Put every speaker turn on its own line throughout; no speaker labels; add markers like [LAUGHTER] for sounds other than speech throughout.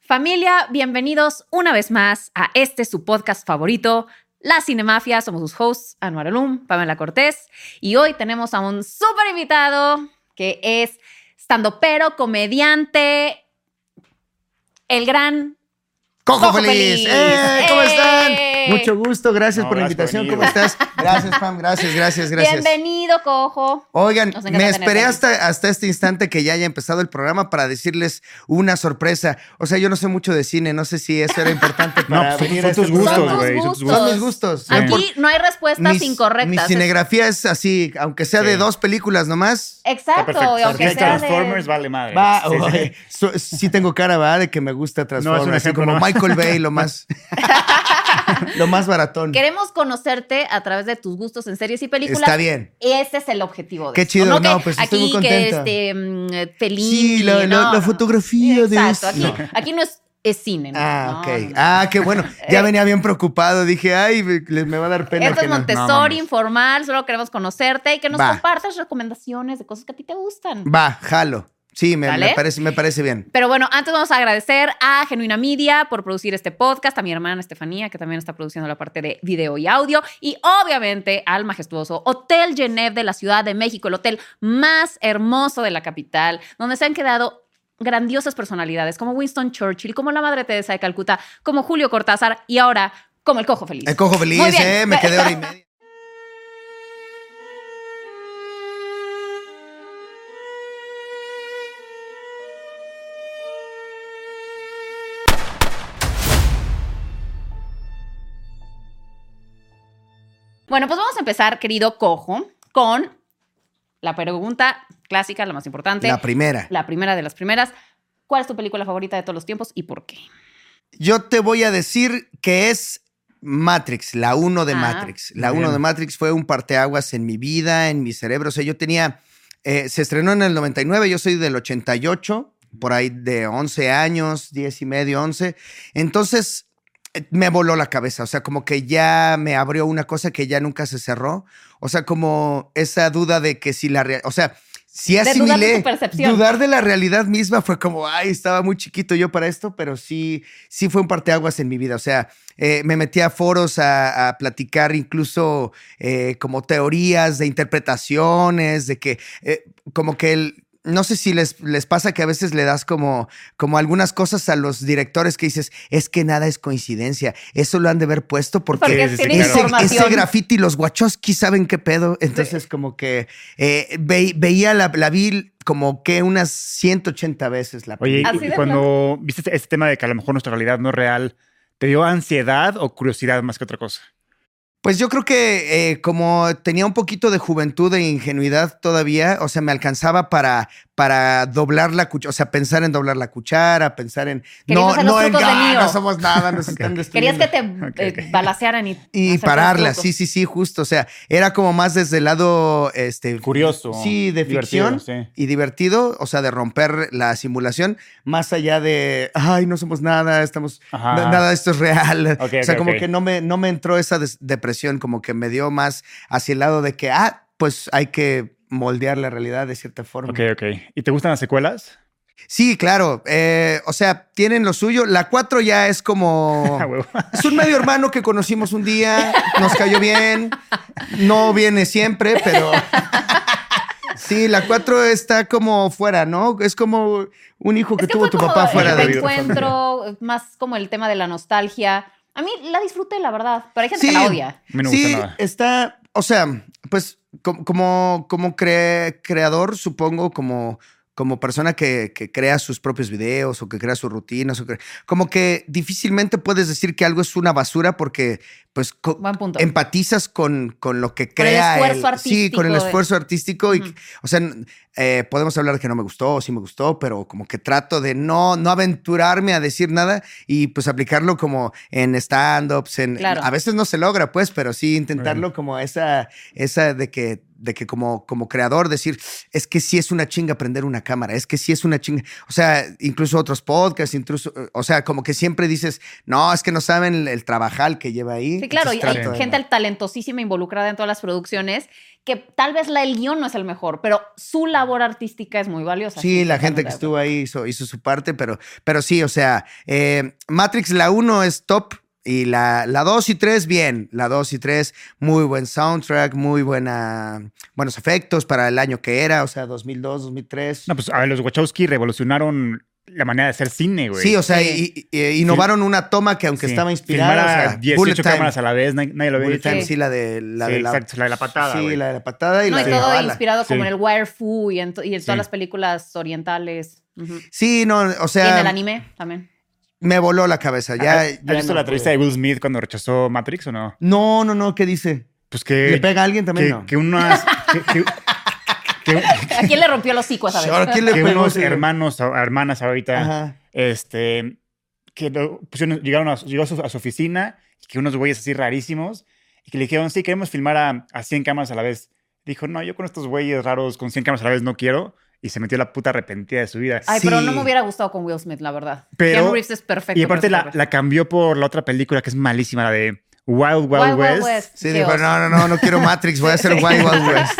Familia, bienvenidos una vez más a este su podcast favorito, La Cinemafia. Somos sus hosts, Anuar Alum, Pamela Cortés. Y hoy tenemos a un súper invitado que es pero comediante, el gran
Cojo,
Cojo
feliz.
Feliz.
¡Eh! ¿Cómo están?
¡Eh!
Mucho gusto, gracias
No,
por la
gracias por
invitación.
venir,
¿Cómo
[LAUGHS]
estás? Gracias, Pam, gracias, gracias, gracias.
Bienvenido, Cojo.
Oigan,
Nos encanta
me
tenerte
esperé
aquí.
hasta, hasta este instante que ya haya empezado el programa para decirles una sorpresa. O sea, yo no sé mucho de cine, no sé si eso era importante
[LAUGHS] No,
para
pues son-
venir
son
a este
tus gustos,
programa.
güey, son tus gustos.
Son mis gustos.
Sí.
Aquí no hay respuestas
Mis- Mi
incorrectas.
cinegrafía es así, aunque sea de
Sí.
dos películas nomás.
Exacto, y aunque
Porque
sea de-
Transformers vale madre.
Va,
Eh, Sí, sí.
oye, so- sí, tengo cara, va, de que me gusta Transformers,
es un
así
ejemplo
como
nomás.
Michael Bay,
[LAUGHS]
lo más, lo más baratón.
Queremos conocerte a través de tus gustos en series y películas.
Está bien.
Ese es el objetivo. De
Qué
esto.
chido,
que
no, pues estoy
aquí
muy contenta.
que este mm, feliz.
Sí, la,
y
la-
no,
la
no.
fotografía de
Exacto,
esto.
aquí, aquí no es, es cine. ¿no?
Ah,
No,
ok.
no, Eh, no.
Ah, qué bueno. Ya venía bien preocupado. Dije, ay, me, le- me va a dar pena.
Esto
que
es
no.
no
Montessori
mames.
informal, solo queremos conocerte y que nos
Va.
compartas recomendaciones de cosas que a ti te gustan.
Va, jalo. Sí, me, me
¿Vale?
parece, me parece bien.
Pero bueno, antes vamos a agradecer a Genuina Media por producir este podcast, a mi hermana Estefanía, que también está produciendo la parte de video y audio, y obviamente al majestuoso Hotel Genève de la Ciudad de México, el hotel más hermoso de la capital, donde se han quedado grandiosas personalidades como Winston Churchill, como la Madre Teresa de Calcuta, como Julio Cortázar y ahora como el Cojo Feliz.
El cojo feliz,
Muy bien.
eh, me quedé hora y media.
Bueno, pues vamos a empezar, querido Cojo, con la pregunta clásica, la más importante.
La primera.
la primera de las primeras. ¿Cuál es tu película favorita de todos los tiempos y por qué?
Yo te voy a decir que es Matrix, la 1 de
Ah.
Matrix. La
Bien.
1 de Matrix fue un parteaguas en mi vida, en mi cerebro. O sea, yo tenía. eh, se estrenó en el 99, yo soy del 88, por ahí de 11 años, 10 y medio, 11. Entonces, eh, me voló la cabeza, o sea, como que ya me abrió una cosa que ya nunca se cerró, o sea, como esa duda de que si la, rea- o sea, si
dudar de
asimilé,
tu percepción.
dudar de la realidad misma fue como, ay, estaba muy chiquito yo para esto, pero sí, sí fue un parteaguas en mi vida, o sea, eh, me metí a foros a, a platicar incluso eh, como teorías de interpretaciones, de que eh, como que el... No sé si les, les pasa que a veces le das como, como algunas cosas a los directores que dices, es que nada es coincidencia, eso lo han de haber puesto porque,
Porque
sí, sí,
tiene
claro.
ese,
información.
ese graffiti, los Wachowski saben qué pedo. Entonces, como que eh, ve- veía la, la vi como que unas 180 veces la
Oye,
Así
y
de
cuando viste este- este tema de que a lo mejor nuestra realidad no es real, ¿te dio ansiedad o curiosidad más que otra cosa?
Pues yo creo que eh, como tenía un poquito de juventud e ingenuidad todavía, o sea, me alcanzaba para, para doblar la cuchara, o sea, pensar en doblar la cuchara, pensar en...
Querías hacer los
en,
trucos de
"Ah,
Neo".
no somos nada, nos están
Querías
destruyendo.
que te
Ok,
eh,
ok.
balacearan y,
Y
hacer
pararla,
tus
sí,
trucos.
sí, sí, justo. O sea, era como más desde el lado este,
Curioso.
Sí, de
divertido,
ficción.
sí.
y divertido, o sea, de romper la simulación, más allá de, ay, no somos nada, estamos,
Ajá.
na- nada de esto es real.
Ok,
o sea,
ok,
como
ok.
que no me, no me entró esa des- depresión, como que me dio más hacia el lado de que, ah, pues hay que moldear la realidad de cierta forma.
Ok, ok. ¿Y te gustan las secuelas?
Sí, claro, eh, o sea, tienen lo suyo, la 4 ya es como...
[LAUGHS] Ah, huevo.
Es un medio hermano que conocimos un día, nos cayó bien, no viene siempre, pero... [LAUGHS] Sí, la 4 está como fuera, ¿no? Es como un hijo que
Es que
tuvo
fue
tu
como
papá fuera
el
de...
vida.
reencuentro, más como el tema de la nostalgia. A mí la disfruté, la verdad, pero hay gente
Sí.
que la odia.
A mí no me
sí,
gusta nada.
está, o sea, pues com- como, como cre- creador, supongo, como, como persona que, que crea sus propios videos o que crea sus rutinas, o que- como que difícilmente puedes decir que algo es una basura porque, pues, co-
Buen punto.
empatizas con, con lo que
Con el
crea.
esfuerzo
Sí, con el
artístico.
esfuerzo artístico. Y,
Ujú.
o sea, eh, podemos hablar de que no me gustó o sí me gustó, pero como que trato de no, no aventurarme a decir nada y pues aplicarlo como en stand-ups. En,
Claro.
A veces no se logra, pues, pero sí intentarlo como esa, esa de que de que como, como creador decir, es que sí es una chinga aprender una cámara, es que sí es una chinga, o sea, incluso otros podcasts, incluso, o sea, como que siempre dices, no, es que no saben el, el trabajal que lleva ahí.
Sí, claro, y
Entonces
hay
trato de-
gente talentosísima involucrada en todas las producciones que tal vez la, el guión no es el mejor, pero su labor artística es muy valiosa.
Sí, la gente
totalmente
que
de
estuvo ahí hizo, hizo su parte, pero, pero sí, o sea, eh, Matrix la 1 es top y la, la 2 y 3 bien. La 2 y 3, muy buen soundtrack, muy buena, buenos efectos para el año que era, o sea, 2002, 2003.
No, pues a ver, los Wachowski revolucionaron la manera de hacer cine, güey.
sí, o sea,
Sí.
y- y- y innovaron una toma que aunque
Sí.
estaba inspirada,
Filmar a
o sea,
18 cámaras a la vez, nadie, nadie lo había
Bullet
hecho.
Time,
Sí.
sí, la de la,
Sí,
de la,
exacto, la de la patada,
Sí,
güey.
la de la patada y
No,
la
y
de la
todo
bala.
inspirado como en
Sí.
el Wire Fu y en, to- y en todas
Sí.
las películas orientales. Ujú.
Sí, no, o
y en
sea,
el anime también.
me voló la cabeza. Ya,
Ah, ¿Has, has
ya
visto
no
la entrevista
pude.
de Will Smith cuando rechazó Matrix o no?
No, no, no, ¿qué dice?
Pues
¿Le
que.
pega a alguien también?
que,
no.
que unas. que- que-
[LAUGHS]
que-
Pues, ¿A quién le rompió los hocico esa vez?
Ahora, ¿quién le
que
pegó
unos
ese-
hermanos o hermanas ahorita.
Ajá.
Este. Que lo pusieron- llegaron a, su- llegó a su, a su oficina. y Que unos güeyes así rarísimos. Y que le dijeron, sí, queremos filmar a, a 100 cámaras a la vez. Dijo, no, yo con estos güeyes raros con 100 cámaras a la vez no quiero. Y se metió la puta arrepentida de su vida.
Ay, pero no
Sí.
me hubiera gustado con Will Smith, la verdad.
Pero-
Keanu Reeves es perfecto.
y aparte
para
la,
ese
la cambió por la otra película que es malísima, la de Wild Wild,
papel. Wild
West.
Wild West.
Sí,
qué
dijo,
oso.
no, no, no, no quiero Matrix, voy
[LAUGHS]
a hacer Wild Wild West.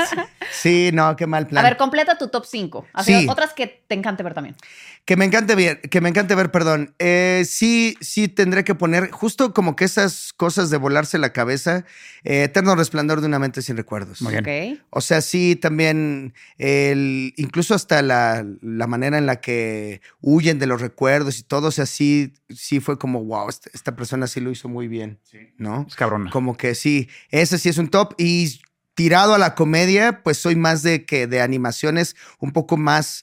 Sí, no, qué mal
A
plan.
ver, completa tu top 5. Así
Sí.
otras que te encante ver también.
Que me encante ver, que me encante ver, perdón. Eh, sí, sí tendré que poner justo como que esas cosas de volarse la cabeza, eh, Eterno Resplandor de una mente sin recuerdos.
Muy bien.
Ok.
O sea, sí, también el, incluso hasta la, la manera en la que huyen de los recuerdos y todo, o sea, sí, sí fue como, wow, esta, esta persona sí lo hizo muy bien, ¿no?
Es cabrona.
Como que sí, ese sí es un top. Y tirado a la comedia, pues soy más de que de animaciones un poco más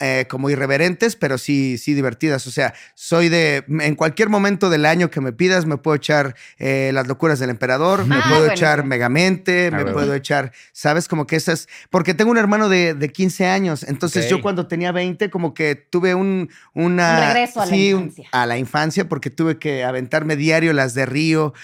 eh, como irreverentes, pero sí, sí divertidas. O sea, soy de en cualquier momento del año que me pidas, me puedo echar eh, las locuras del emperador, me
Ah,
puedo
buenísimo.
echar Megamente,
Ah,
me
bueno.
puedo echar, sabes, como que esas, porque tengo un hermano de, de 15 años, entonces
Ok.
yo cuando tenía 20 como que tuve un, una...
Un regreso a la
sí, un-
infancia.
a la infancia porque tuve que aventarme diario las de Río,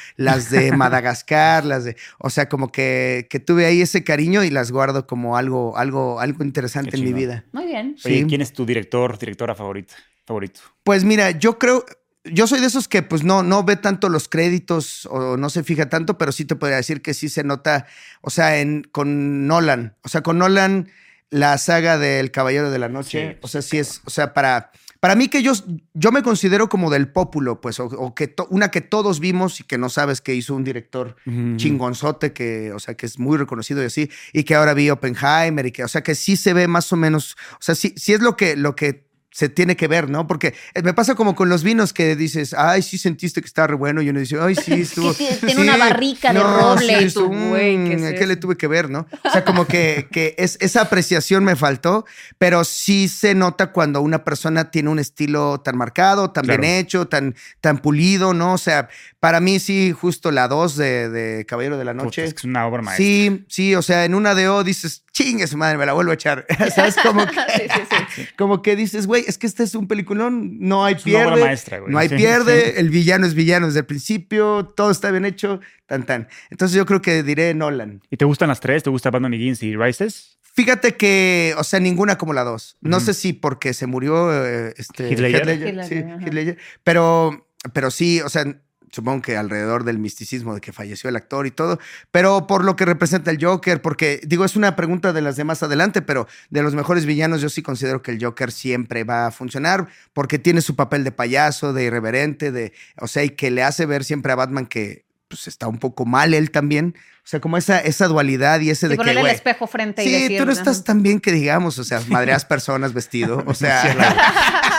[LAUGHS]
las de Madagascar, las de, o sea, como que, que tuve ahí ese cariño y las guardo como algo, algo, algo interesante
Qué
en mi
chingón.
vida.
Muy
[LAUGHS]
bien.
Oye,
Sí.
¿quién es tu director, directora favorita? Favorito.
Pues mira, yo creo, yo soy de esos que pues no, no ve tanto los créditos o no se fija tanto, pero sí te podría decir que sí se nota, o sea, en, con Nolan, o sea, con Nolan, la saga del Caballero de la Noche,
Sí,
o sea, sí es, o sea, para, para mí que yo, yo me considero como del pópulo, pues, o, o que to- una que todos vimos y que no sabes que hizo un director chingonzote que, o sea, que es muy reconocido y así, y que ahora vi Oppenheimer y que, o sea, que sí se ve más o menos, o sea, sí, sí es lo que, lo que se tiene que ver, ¿no? Porque eh, me pasa como con los vinos que dices, ay, sí sentiste que estaba re bueno, y uno dice,
[LAUGHS]
ay, sí, estuvo.
Que tiene- tiene una barrica de roble, y tú,
estuvo,
güey,
mm,
¿qué es
¿a
eso?"
le tuve que ver, ¿no? O sea,
[LAUGHS]
como que, que es, esa apreciación me faltó, pero sí se nota cuando una persona tiene un estilo tan marcado, tan
Claro.
bien hecho, tan, tan pulido, ¿no? O sea, para mí sí, justo la 2 de, de Caballero de la
Puta,
Noche.
es que es una obra maestra.
Sí, sí, o sea, en una de O dices, chingue su madre, me la vuelvo a echar. [LAUGHS] ¿Sabes? Como que,
sí, sí, sí.
como que dices, güey, es que este es un peliculón, no hay
es una obra
pierde.
maestra, güey.
No hay
Sí,
pierde,
sí.
el villano es villano desde el principio, todo está bien hecho, tan tan. Entonces yo creo que diré Nolan.
¿Y te gustan las tres? ¿Te gusta Brandon Higgins y Rises?
Fíjate que, o sea, ninguna como la dos. No
Ujú.
sé si porque se murió eh, este,
Heath Ledger.
Heath
sí,
Ledger, ajá.
Heath Ledger. Pero, pero sí, o sea, supongo que alrededor del misticismo de que falleció el actor y todo, pero por lo que representa el Joker, porque digo, es una pregunta de las de más adelante, pero de los mejores villanos yo sí considero que el Joker siempre va a funcionar porque tiene su papel de payaso, de irreverente, de, o sea, y que le hace ver siempre a Batman que pues está un poco mal él también. O sea, como esa, esa dualidad y ese
Y
[LAUGHS] de que,
ponerle el
güey,
espejo frente y
Sí,
decir.
tú no
ajá.
estás tan bien que digamos, o sea, madreas personas vestido, o sea,
[LAUGHS]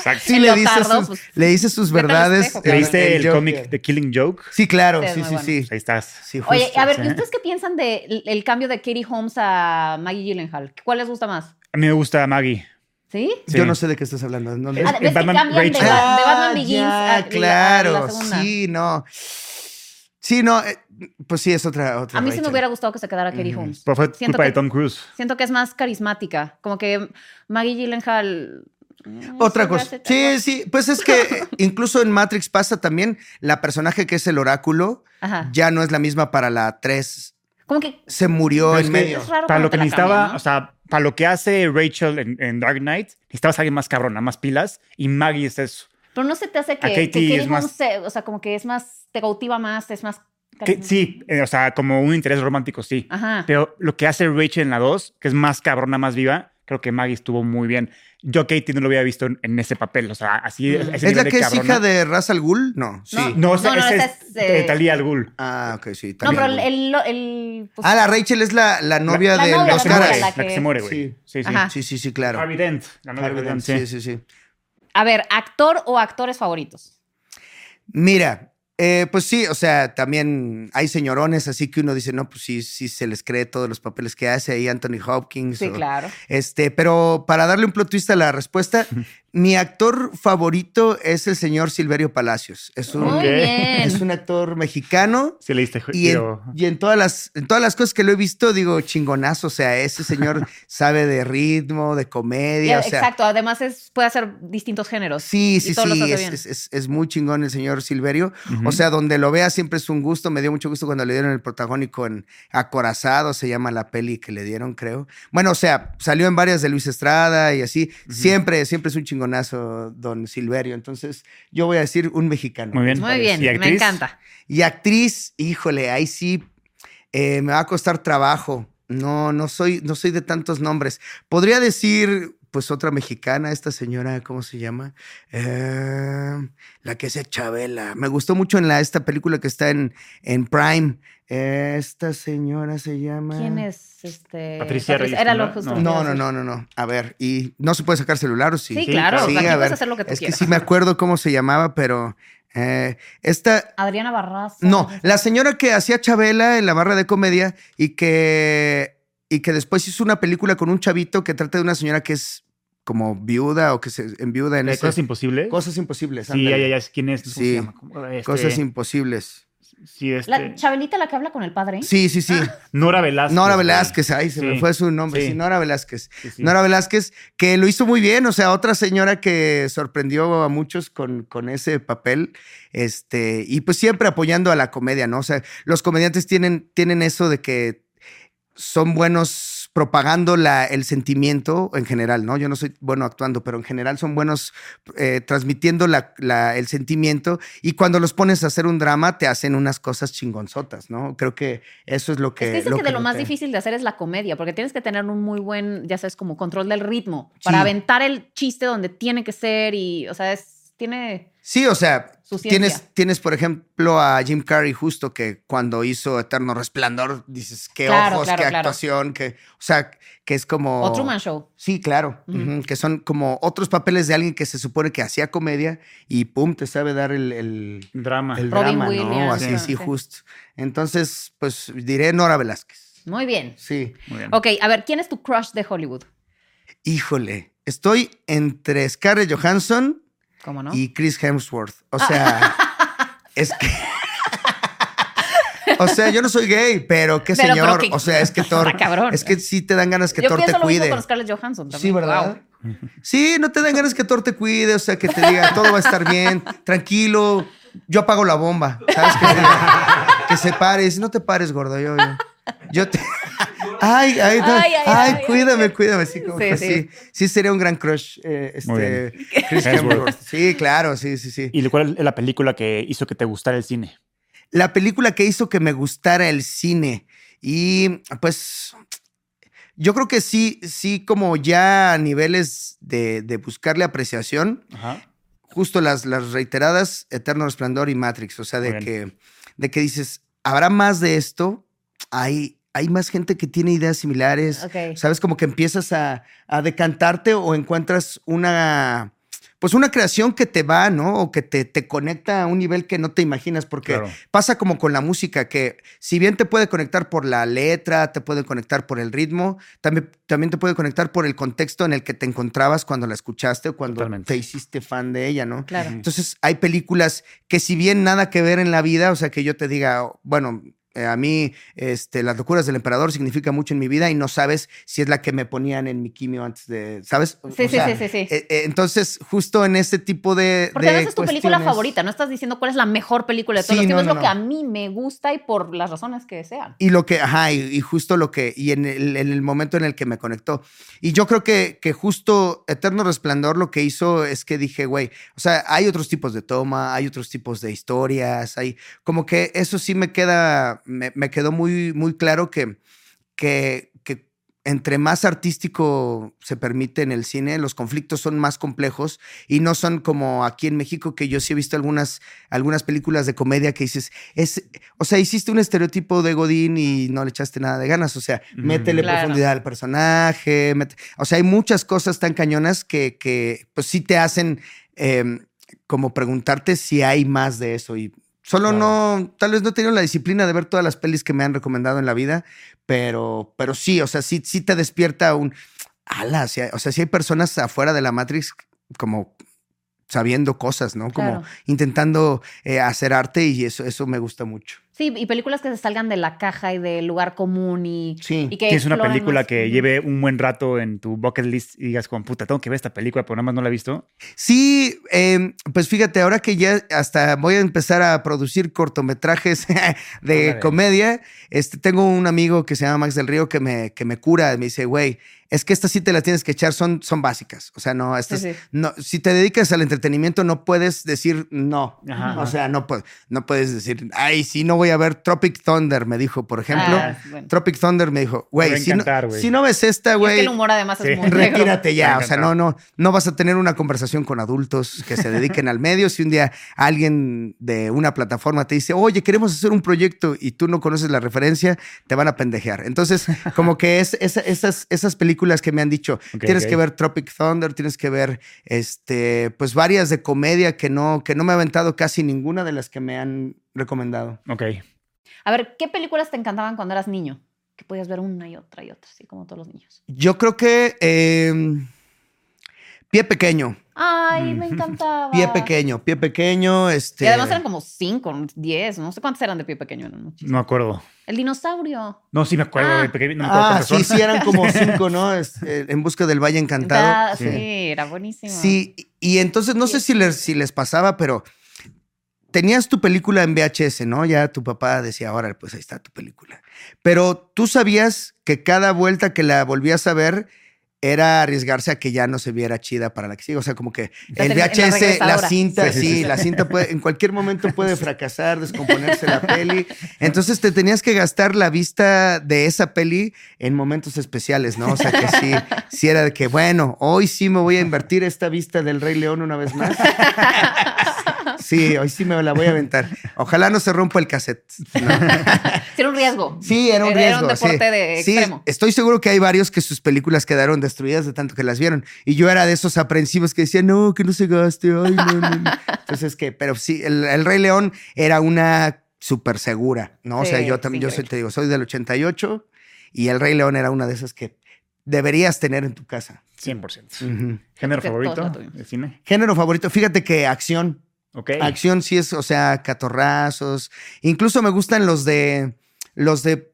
Ah.
Exacto.
[LAUGHS] sí
El
le dices,
leotardo,
sus,
pues,
le dices sus
vete al
verdades.
espejo, claro.
¿Leíste el
Joker.
cómic The Killing Joke? Pues
Sí, claro,
Este es
sí,
muy
sí,
bueno.
sí.
Ahí estás.
Sí,
Oye,
justo.
a ver,
sí.
¿y ustedes qué piensan del el cambio de Katie Holmes a Maggie Gyllenhaal? ¿Cuál les gusta más?
A mí me gusta Maggie.
¿sí?
Yo
Sí.
no sé de qué estás hablando. no-
Es-
Ah,
en
¿Ves que
Batman
cambian de,
Rachel.
Ba- de
Ah,
Batman Begins
ya,
a- de la-
claro,
a la segunda?
sí, no. Sí, no, eh, pues sí, es otra. otra
a mí sí me
Rachel.
hubiera gustado que se quedara Katie
Ujú.
Holmes.
Pero fue
Siento
culpa
que-
de Tom Cruise.
Siento que es más carismática. Como que Maggie Gyllenhaal. mm,
Otra
se me
cosa.
hace tan guapa.
Sí, sí, pues es que
[LAUGHS]
eh, incluso en Matrix pasa también la personaje que es el oráculo
Ajá.
ya no es la misma para la 3.
Como que.
Se murió
Pero es
en
que-
medio.
Es raro
Para
cuando
lo
te
que
la
necesitaba,
cambian, ¿no?
o sea, para lo que hace Rachel en, en Dark Knight, necesitabas a alguien más cabrona, más pilas. Y Maggie es eso.
Pero no se te hace que. que
Katie
Katie
es más-
Holmes se- o sea, como que es más. Te cautiva más, es más
Que, sí, eh, o sea, como un interés romántico, sí.
Ajá.
Pero lo que hace Rachel en la 2, que es más cabrona, más viva, creo que Maggie estuvo muy bien. Yo a Katie no lo había visto en, en ese papel, o sea, así. a ese
Mm. ¿Es
nivel
la
de
que es
cabrona.
hija de Ra's al Ghul? No, sí.
No, esa-
No, no,
esa
esa
es,
es, eh,
eh, Talía al Ghul.
Ah, ok, sí.
No,
también.
pero el. el, el- pues-
ah, la Rachel es la, la novia
La
de
novia,
los
que
la novia,
se
caras.
muere,
la
la que
que-
se muere,
Sí.
güey. Sí, sí.
Ajá.
Sí, sí, sí, claro.
Harvey Dent, la novia de
Harvey Dent,
sí.
sí, sí, sí.
A ver, actor o actores favoritos.
Mira, eh, pues sí, o sea, también hay señorones, así que uno dice, no, pues sí, sí se les cree todos los papeles que hace ahí Anthony Hopkins.
Sí,
o-
claro.
Este, pero para darle un plot twist a la
[LAUGHS]
respuesta, mi actor favorito es el señor Silverio Palacios. Es un,
Muy
Ok.
bien.
es un actor mexicano.
Sí, leíste, jo-
Y en,
digo,
y en todas las, en todas las cosas que lo he visto, digo, chingonazo. O sea, ese señor
[LAUGHS]
sabe de ritmo, de comedia. O sea,
Eh, Exacto, además es, puede hacer distintos géneros.
Sí,
Y
sí,
todos los
sí.
hace
Es,
bien.
es- es- es muy chingón el señor Silverio.
Ujú.
O sea, donde lo vea siempre es un gusto. Me dio mucho gusto cuando le dieron el protagónico en Acorazado, se llama la peli que le dieron, creo. Bueno, o sea, salió en varias de Luis Estrada y así. Siempre, siempre es un chingonazo, don Silverio. Entonces, yo voy a decir un mexicano.
Muy bien.
Muy bien,
¿Y
me
actriz?
encanta.
Y actriz, híjole, ahí sí eh, me va a costar trabajo. No, no soy, no soy de tantos nombres. Podría decir, pues, otra mexicana, esta señora, ¿cómo se llama? Eh, la que hace a Chabela. Me gustó mucho en la, esta película que está en, en Prime. Eh, esta señora se llama.
¿Quién es este?
Patricia Reyes,
Era lo
¿no?
justo. que iba
No,
a
no,
decir.
no, no, no. A ver, y no se puede sacar celular o sí.
Sí, claro.
Sí,
aquí
a
puedes
ver.
hacer lo que tú
Es que
quieras.
sí me acuerdo cómo se llamaba, pero eh, esta,
Adriana Barraza.
no, la señora que hacía Chabela en la barra de comedia y que, y que después hizo una película con un chavito que trata de una señora que es como viuda o que se enviuda en
¿De
ese-
cosas imposibles?
Cosas imposibles.
sí,
ándale.
ya, ya, ya. ¿Quién es? ¿Cómo
Sí.
se llama? ¿Cómo- este,
Cosas imposibles.
Sí, este...
La Chabelita, la que habla con el padre.
Sí, sí, sí.
Nora Velázquez.
Nora
güey.
Velázquez, ahí se me
Ah, Sí.
fue su nombre.
Sí.
Sí, Nora Velázquez.
Sí, sí.
Nora Velázquez, que lo hizo muy bien, o sea, otra señora que sorprendió a muchos con, con ese papel, este, y pues siempre apoyando a la comedia, ¿no? O sea, los comediantes tienen, tienen eso de que son buenos propagando la, el sentimiento en general, ¿no? Yo no soy bueno actuando, pero en general son buenos eh, transmitiendo la- la- el sentimiento y cuando los pones a hacer un drama te hacen unas cosas chingonzotas, ¿no? Creo que eso es lo que...
Es que dicen que de lo más
noté.
difícil de hacer es la comedia, porque tienes que tener un muy buen, ya sabes, como control del ritmo, para
Sí.
aventar el chiste donde tiene que ser y, o sea, es, tiene...
Sí, o sea,
Su ciencia.
tienes, tienes, por ejemplo, a Jim Carrey justo que cuando hizo Eterno Resplandor, dices, qué
Claro,
ojos,
claro,
qué
claro.
actuación, que, o sea, que es como...
O Truman Show.
Sí, claro,
Ujú.
ujú, que son como otros papeles de alguien que se supone que hacía comedia y pum, te sabe dar el, el,
Drama.
el
Robin
drama, ¿no?
Williams,
Así,
¿no?
sí,
Sí.
justo. Entonces, pues diré Nora Velázquez.
Muy bien.
Sí.
Muy bien.
Ok, a ver, ¿quién es tu crush de Hollywood?
Híjole, estoy entre Scarlett Johansson
¿Cómo no? Ah.
y Chris Hemsworth.
[LAUGHS]
O sea, es que. O sea, yo no soy gay, pero qué
Pero, pero
señor.
qué-
o sea, es que
[LAUGHS]
Thor.
Está cabrón.
Es que sí te dan ganas que
Yo
Thor te
pienso lo mismo
cuide.
con Scarlett Johansson también.
Sí, ¿verdad?
Wow.
Sí, no te dan ganas que Thor te cuide, o sea, que te diga todo va a estar bien, tranquilo, yo apago la bomba, ¿sabes? Que, te- que se pares, no te pares, gordo, yo, yo, yo te... [LAUGHS] Ay, ay, no.
Ay,
ay,
ay, ay,
cuídame, cuídame, sí, como
Sí,
que
sí.
sí. Sí, sería un gran crush, eh,
Muy
este,
bien.
Chris
Hemsworth.
Hemsworth. Sí, claro, sí, sí, sí.
¿Y cuál es la película que hizo que te gustara el cine?
la película que hizo que me gustara el cine. Y pues yo creo que sí, sí, como ya a niveles de, de buscarle apreciación,
Ajá.
justo las, las reiteradas Eterno Resplandor y Matrix, o sea, de
Muy
que, de que dices, ¿habrá más de esto? Hay, hay más gente que tiene ideas similares.
Ok.
¿Sabes? Como que empiezas a, a decantarte o encuentras una, pues una creación que te va, ¿no? O que te, te conecta a un nivel que no te imaginas, porque
Claro.
pasa como con la música, que si bien te puede conectar por la letra, te puede conectar por el ritmo, también, también te puede conectar por el contexto en el que te encontrabas cuando la escuchaste o cuando
Totalmente.
te hiciste fan de ella, ¿no?
Claro.
Entonces hay películas que si bien nada que ver en la vida, o sea, que yo te diga, bueno, Eh, a mí, este, las locuras del emperador significa mucho en mi vida y no sabes si es la que me ponían en mi quimio antes de, ¿sabes? O
Sí, sí,
sea,
sí, sí, sí.
eh, eh, entonces, justo en ese tipo de.
Porque
de
además es tu película
cuestiones-
favorita, no estás diciendo cuál es la mejor película de todos los
Sí,
tiempos,
no,
es lo
no,
que a
no.
mí me gusta y por las razones que sean.
Y lo que, ajá, y, y justo lo que, y en el, en el momento en el que me conectó. Y yo creo que, que justo Eterno Resplandor lo que hizo es que dije, güey, o sea, hay otros tipos de toma, hay otros tipos de historias, hay como que eso sí me queda, me, me quedó muy, muy claro que, que, que entre más artístico se permite en el cine, los conflictos son más complejos y no son como aquí en México, que yo sí he visto algunas, algunas películas de comedia que dices, es, o sea, hiciste un estereotipo de Godín y no le echaste nada de ganas. O sea,
Ujú.
métele
Claro.
profundidad al personaje. mete- o sea, hay muchas cosas tan cañonas que, que pues sí te hacen eh, como preguntarte si hay más de eso. Y solo no, tal vez no he tenido la disciplina de ver todas las pelis que me han recomendado en la vida, pero, pero sí, o sea, sí, sí te despierta un ala. sí hay- o sea, sí hay personas afuera de la Matrix como sabiendo cosas, ¿no? Como
Claro.
intentando eh, hacer arte y eso, eso me gusta mucho.
Sí, y películas que se salgan de la caja y del lugar común y,
Sí.
y que.
Tienes una
exploren
película
más.
que
Ujú.
lleve un buen rato en tu bucket list y digas, como puta, tengo que ver esta película, pero nada más no la he visto.
Sí, eh, pues fíjate, ahora que ya hasta voy a empezar a producir cortometrajes [LAUGHS] de
Órale.
comedia, este, tengo un amigo que se llama Max del Río que me, que me cura, me dice, güey, es que estas sí te las tienes que echar, son, son básicas. O sea, no, estas,
Sí, sí.
no, si te dedicas al entretenimiento no puedes decir no.
Ajá.
O sea, no, pu- no puedes decir, ay, sí, no voy a ver Tropic Thunder, me dijo, por ejemplo.
Ah, bueno.
Tropic Thunder me dijo, güey,
va a
si, no,
encantar, güey".
si no ves esta,
Y es
güey.
que el humor además
Sí.
es muy [LAUGHS] negro.
Retírate
Me
ya, o
encanta.
sea, no, no, no vas a tener una conversación con adultos que se dediquen al medio. Si un día alguien de una plataforma te dice, oye, queremos hacer un proyecto y tú no conoces la referencia, te van a pendejear. Entonces, como que es, esa- esas, esas películas que me han dicho,
Ok,
tienes
ok.
que ver Tropic Thunder, tienes que ver, este, pues varias de comedia que no, que no me ha aventado casi ninguna de las que me han recomendado.
Ok.
A ver, ¿qué películas te encantaban cuando eras niño? Que podías ver una y otra y otra, así como todos los niños.
Yo creo que em, Pie Pequeño,
Ay, me
Mm.
encantaba.
Pie Pequeño, Pie Pequeño, este...
Ah. Y además eran como cinco, diez, no sé cuántos eran de pie pequeño. eran muchísimos.
No me acuerdo.
El dinosaurio.
No, sí me acuerdo,
Ah.
güey, pequeño, no me acuerdo
Ah,
cuántas
sí,
[LAUGHS] son.
sí, eran como cinco,
[LAUGHS]
¿no? Es, eh, en busca del Valle Encantado.
Da- sí.
Sí.
era buenísimo.
Sí, y y entonces no sé si les, si les pasaba, pero tenías tu película en VHS, ¿no? Ya tu papá decía, ahora pues ahí está tu película. Pero tú sabías que cada vuelta que la volvías a ver era arriesgarse a que ya no se viera chida para la que sigue. O sea, como que
La
el
tele- en la
VHS, la,
regresadora.
cinta,
Sí,
sí,
sí, sí.
la cinta puede, en cualquier momento puede fracasar, descomponerse la peli.
[LAUGHS]
Entonces te tenías que gastar la vista de esa peli en momentos especiales, ¿no? O sea, que sí, sí era de que, bueno, hoy sí me voy a invertir esta vista del Rey León una vez
[LAUGHS]
más. Sí, hoy sí me la voy a aventar. Ojalá no se rompa el cassette. ¿no?
Sí, Era un riesgo.
Sí, era un riesgo.
Era un deporte
sí.
de
Sí, eh,
extremo.
estoy seguro que hay varios que sus películas quedaron destruidas de tanto que las vieron. Y yo era de esos aprensivos que decían, no, que no se gaste. Ay, no,
[LAUGHS]
no, no". Entonces, que, pero sí, el, el Rey León era una súper segura, ¿no?
Sí,
o sea, yo
es
también, yo soy-
increíble.
te digo, soy del 88 y el Rey León era una de esas que deberías tener en tu casa.
100%.
Ujú.
Creo que
¿Género
todos la
favorito
tuvimos.
de cine?
Género favorito, fíjate que acción.
Ok.
Acción Ah, sí es, o sea, catorrazos. Incluso me gustan los de. los de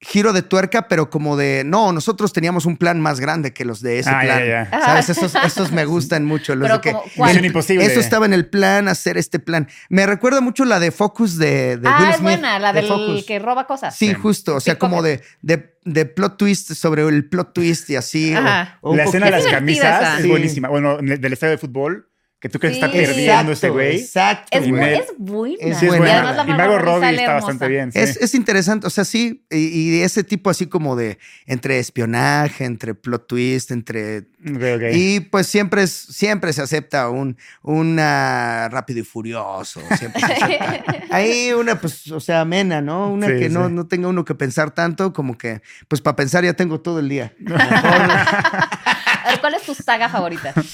giro de tuerca, pero como de. No, nosotros teníamos un plan más grande que los de ese
Ah,
plan.
ya, ya, ya.
¿Sabes? Esos, esos me gustan mucho. Los
Pero
de que,
como, ¿cuál?
Misión imposible.
Eso estaba en el plan, hacer este plan. Me recuerda mucho la de Focus de, de
ah,
Will
es
Smith,
buena, la
de
del
Focus.
que roba cosas.
Sí,
Sí.
justo. O sea, como de, de, de plot twist sobre el plot twist y así. o-
Ajá.
o un
la escena de
poquito-
las
Es divertida
camisas
esa.
es
Sí.
buenísima. Bueno, en el- del estadio de fútbol, que tú crees que está
Sí.
perdiendo ese güey. Sí,
Exacto.
Es,
Y
bu-
me-
es buena.
es
es
buena.
Y
buena.
además la
Y
Margot
Margot
Robbie
Robbie
sale
está
hermosa.
bastante
[LAUGHS]
bien. sí.
Es, es interesante, o sea, sí, y, y ese tipo así como de entre espionaje, entre plot twist, entre...
Ok, ok.
Y pues siempre, es- siempre se acepta un una rápido y furioso. Siempre se
[LAUGHS]
acepta. Ahí una, pues, o sea, amena, ¿no? Una
Sí,
que no,
sí.
no tenga uno que pensar tanto, como que, pues para pensar ya tengo todo el
[LAUGHS]
día.
A ver, ¿Cuál es tu saga favorita?
[LAUGHS]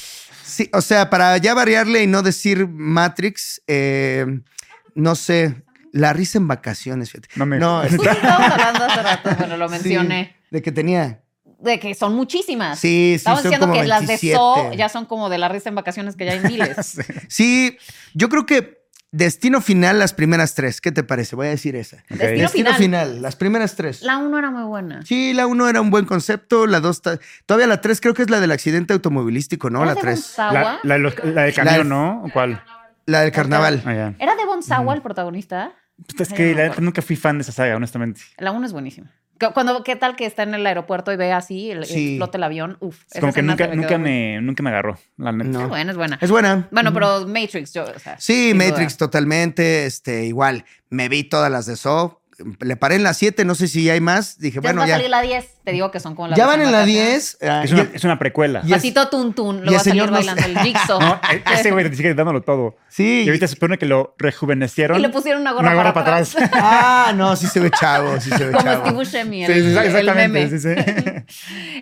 Sí, o sea, para ya variarle y no decir Matrix, eh, no sé, la risa en vacaciones, fíjate.
No me- [LAUGHS]
No,
Justo estábamos hablando hace rato, bueno, lo
sí,
mencioné,
de que tenía...
de que son muchísimas.
Sí, sí,
Estamos
son
diciendo
como
que las de
27. [LAUGHS]
So ya son como de la risa en vacaciones que ya hay miles.
Sí, yo creo que Destino final, las primeras tres. ¿Qué te parece? Voy a decir esa.
Ok.
Destino
Destino
final.
final, las primeras tres.
La uno era muy buena.
Sí, la uno era un buen concepto. La dos, ta- todavía la tres creo que es la del accidente automovilístico, ¿no?
¿Era
La
de
tres.
Bonsawa?
La, la de los- la del camión, ¿no? ¿O cuál?
La del carnaval.
Ah, ya.
¿Era de Bonsawa el protagonista?
Puta, Pues Es que la neta nunca fui fan de esa saga, honestamente.
La 1 es buenísima. Cu- Cuando, ¿Qué tal que está en el aeropuerto y ve así, el,
Sí.
explota el avión? Uf.
Es como
esa
que
escena
nunca,
se
nunca,
quedó muy-
me, nunca me agarró, la neta.
No.
Es buena, es buena.
Es buena.
Bueno, pero Matrix, yo, o sea,
Sí,
sin duda.
Matrix totalmente, este, igual, me vi todas las de So, le paré en la 7, no sé si hay más, dije,
Ya
bueno,
va a
ya,
salir la 10, te digo que son como la
ya
versión
van en la
más rápida.
10, ah,
Es una,
y-
es una precuela.
Y es-
Pasito tuntun,
y
luego
el
va a salir
señor [LAUGHS] no
bailando el jigsaw.
No, e- ese güey te sigue dándolo todo.
sí,
Y ahorita se supone que lo rejuvenecieron.
y le pusieron una gorra,
una gorra para atrás.
[LAUGHS]
ah, no, sí se ve chavo, [LAUGHS] sí se ve
Como Steve
chavo.
Buscemi,
Sí,
el,
sí,
el meme.
sí, sí.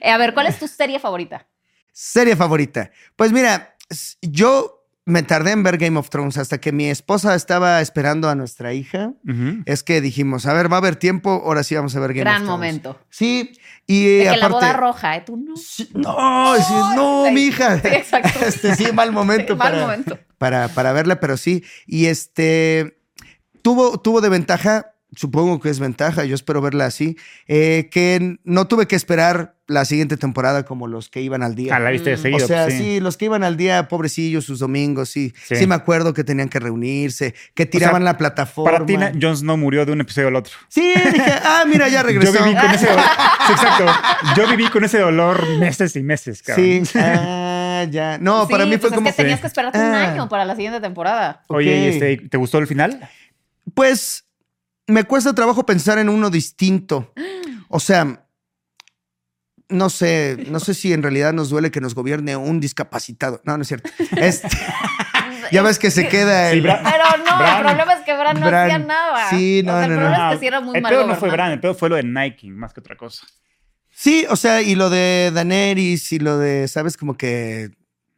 Eh, a ver, ¿cuál es tu serie favorita?
Serie favorita. Pues mira, s- yo me tardé en ver Game of Thrones hasta que mi esposa estaba esperando a nuestra hija,
Ujú.
es que dijimos, a ver, va a haber tiempo, ahora sí vamos a ver Game
Gran
of Thrones.
momento.
Sí, y
de que la
aparte-
boda roja, ¿eh? Tú no.
Sí, No, sí, no,
Ay,
mi
[LAUGHS]
hija.
sí, exacto.
[LAUGHS] Este sí, mal momento,
Sí, mal
para,
momento.
Para, para verla, pero sí. Y este tuvo, tuvo de ventaja, supongo que es ventaja, yo espero verla así, eh, que no tuve que esperar la siguiente temporada como los que iban al día.
Ah, la viste de
Mm.
o
seguido.
sea,
pues,
sí. los que iban al día, pobrecillos, sus domingos, sí, sí.
Sí.
me acuerdo que tenían que reunirse, que tiraban la plataforma.
Para ti, Na- Jon Snow murió de un episodio al otro.
Sí, dije, ah, mira, ya regresó.
[LAUGHS] Yo viví
[LAUGHS]
con ese dolor. Sí, exacto. Yo viví con ese dolor meses y meses, cabrón.
sí, [LAUGHS] ah, ya. No, para
Sí,
mí fue
pues
como...
Es que tenías que esperarte un
Ah.
año para la siguiente temporada.
Oye, ¿y
Ok.
este, ¿te gustó el final?
Pues me cuesta trabajo pensar en uno distinto. O sea, no sé, no sé si en realidad nos duele que nos gobierne un discapacitado. No, no es cierto. Este,
[LAUGHS]
ya ves que se queda
Sí,
el.
Bra-
Pero no,
Bran.
el problema es que Bran no
Bran.
hacía nada.
Sí,
O
no,
sea, el
no,
problema
no.
es que sí era muy
Ah, el
mal
pedo no fue
gobernante.
Bran, el pedo fue lo de Nike, más que otra cosa.
Sí, o sea, y lo de Daenerys y lo de, ¿sabes? Como que.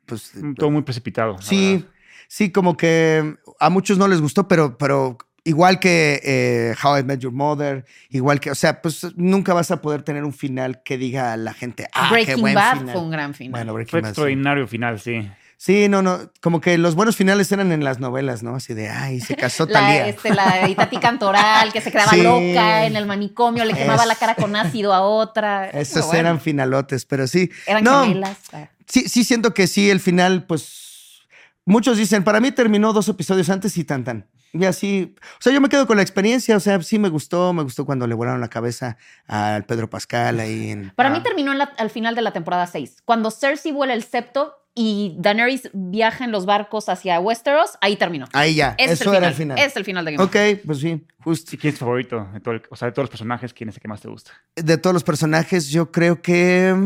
Pues.
Todo muy precipitado. la
Sí,
verdad.
sí, como que a muchos no les gustó, pero, pero igual que eh, How I Met Your Mother, igual que, o sea, pues nunca vas a poder tener un final que diga a la gente, ah, qué
Breaking
buen
Bad
final.
fue un gran final.
Bueno, Breaking
Fue
Bad, sí.
extraordinario final, sí.
Sí, no, no, como que los buenos finales eran en las novelas, ¿no? Así de, ay, se casó
[LAUGHS] la,
Talía.
este, la de Tati Cantoral, que se quedaba
Sí.
loca en el manicomio, le quemaba
Es-
la cara con ácido a otra.
Esos
[LAUGHS] Bueno,
eran finalotes, pero sí.
eran
no,
gemelas. ah.
sí, sí siento que sí, el final, pues, muchos dicen, para mí terminó dos episodios antes y tan tan. Y así, o sea, yo me quedo con la experiencia, o sea, sí me gustó, me gustó cuando le volaron la cabeza al Pedro Pascal ahí en...
Para
Ah.
mí terminó en la- al final de la temporada 6. Cuando Cersei vuela el septo y Daenerys viaja en los barcos hacia Westeros, ahí terminó.
Ahí ya,
Ese
Ah, eso
es el
era el
final.
final.
Ese Es el final de Game of
Ok, pues sí, justo.
Sí, ¿Quién es tu favorito? De todo el- o sea, de todos los personajes, ¿quién es el que más te gusta?
De todos los personajes, yo creo que...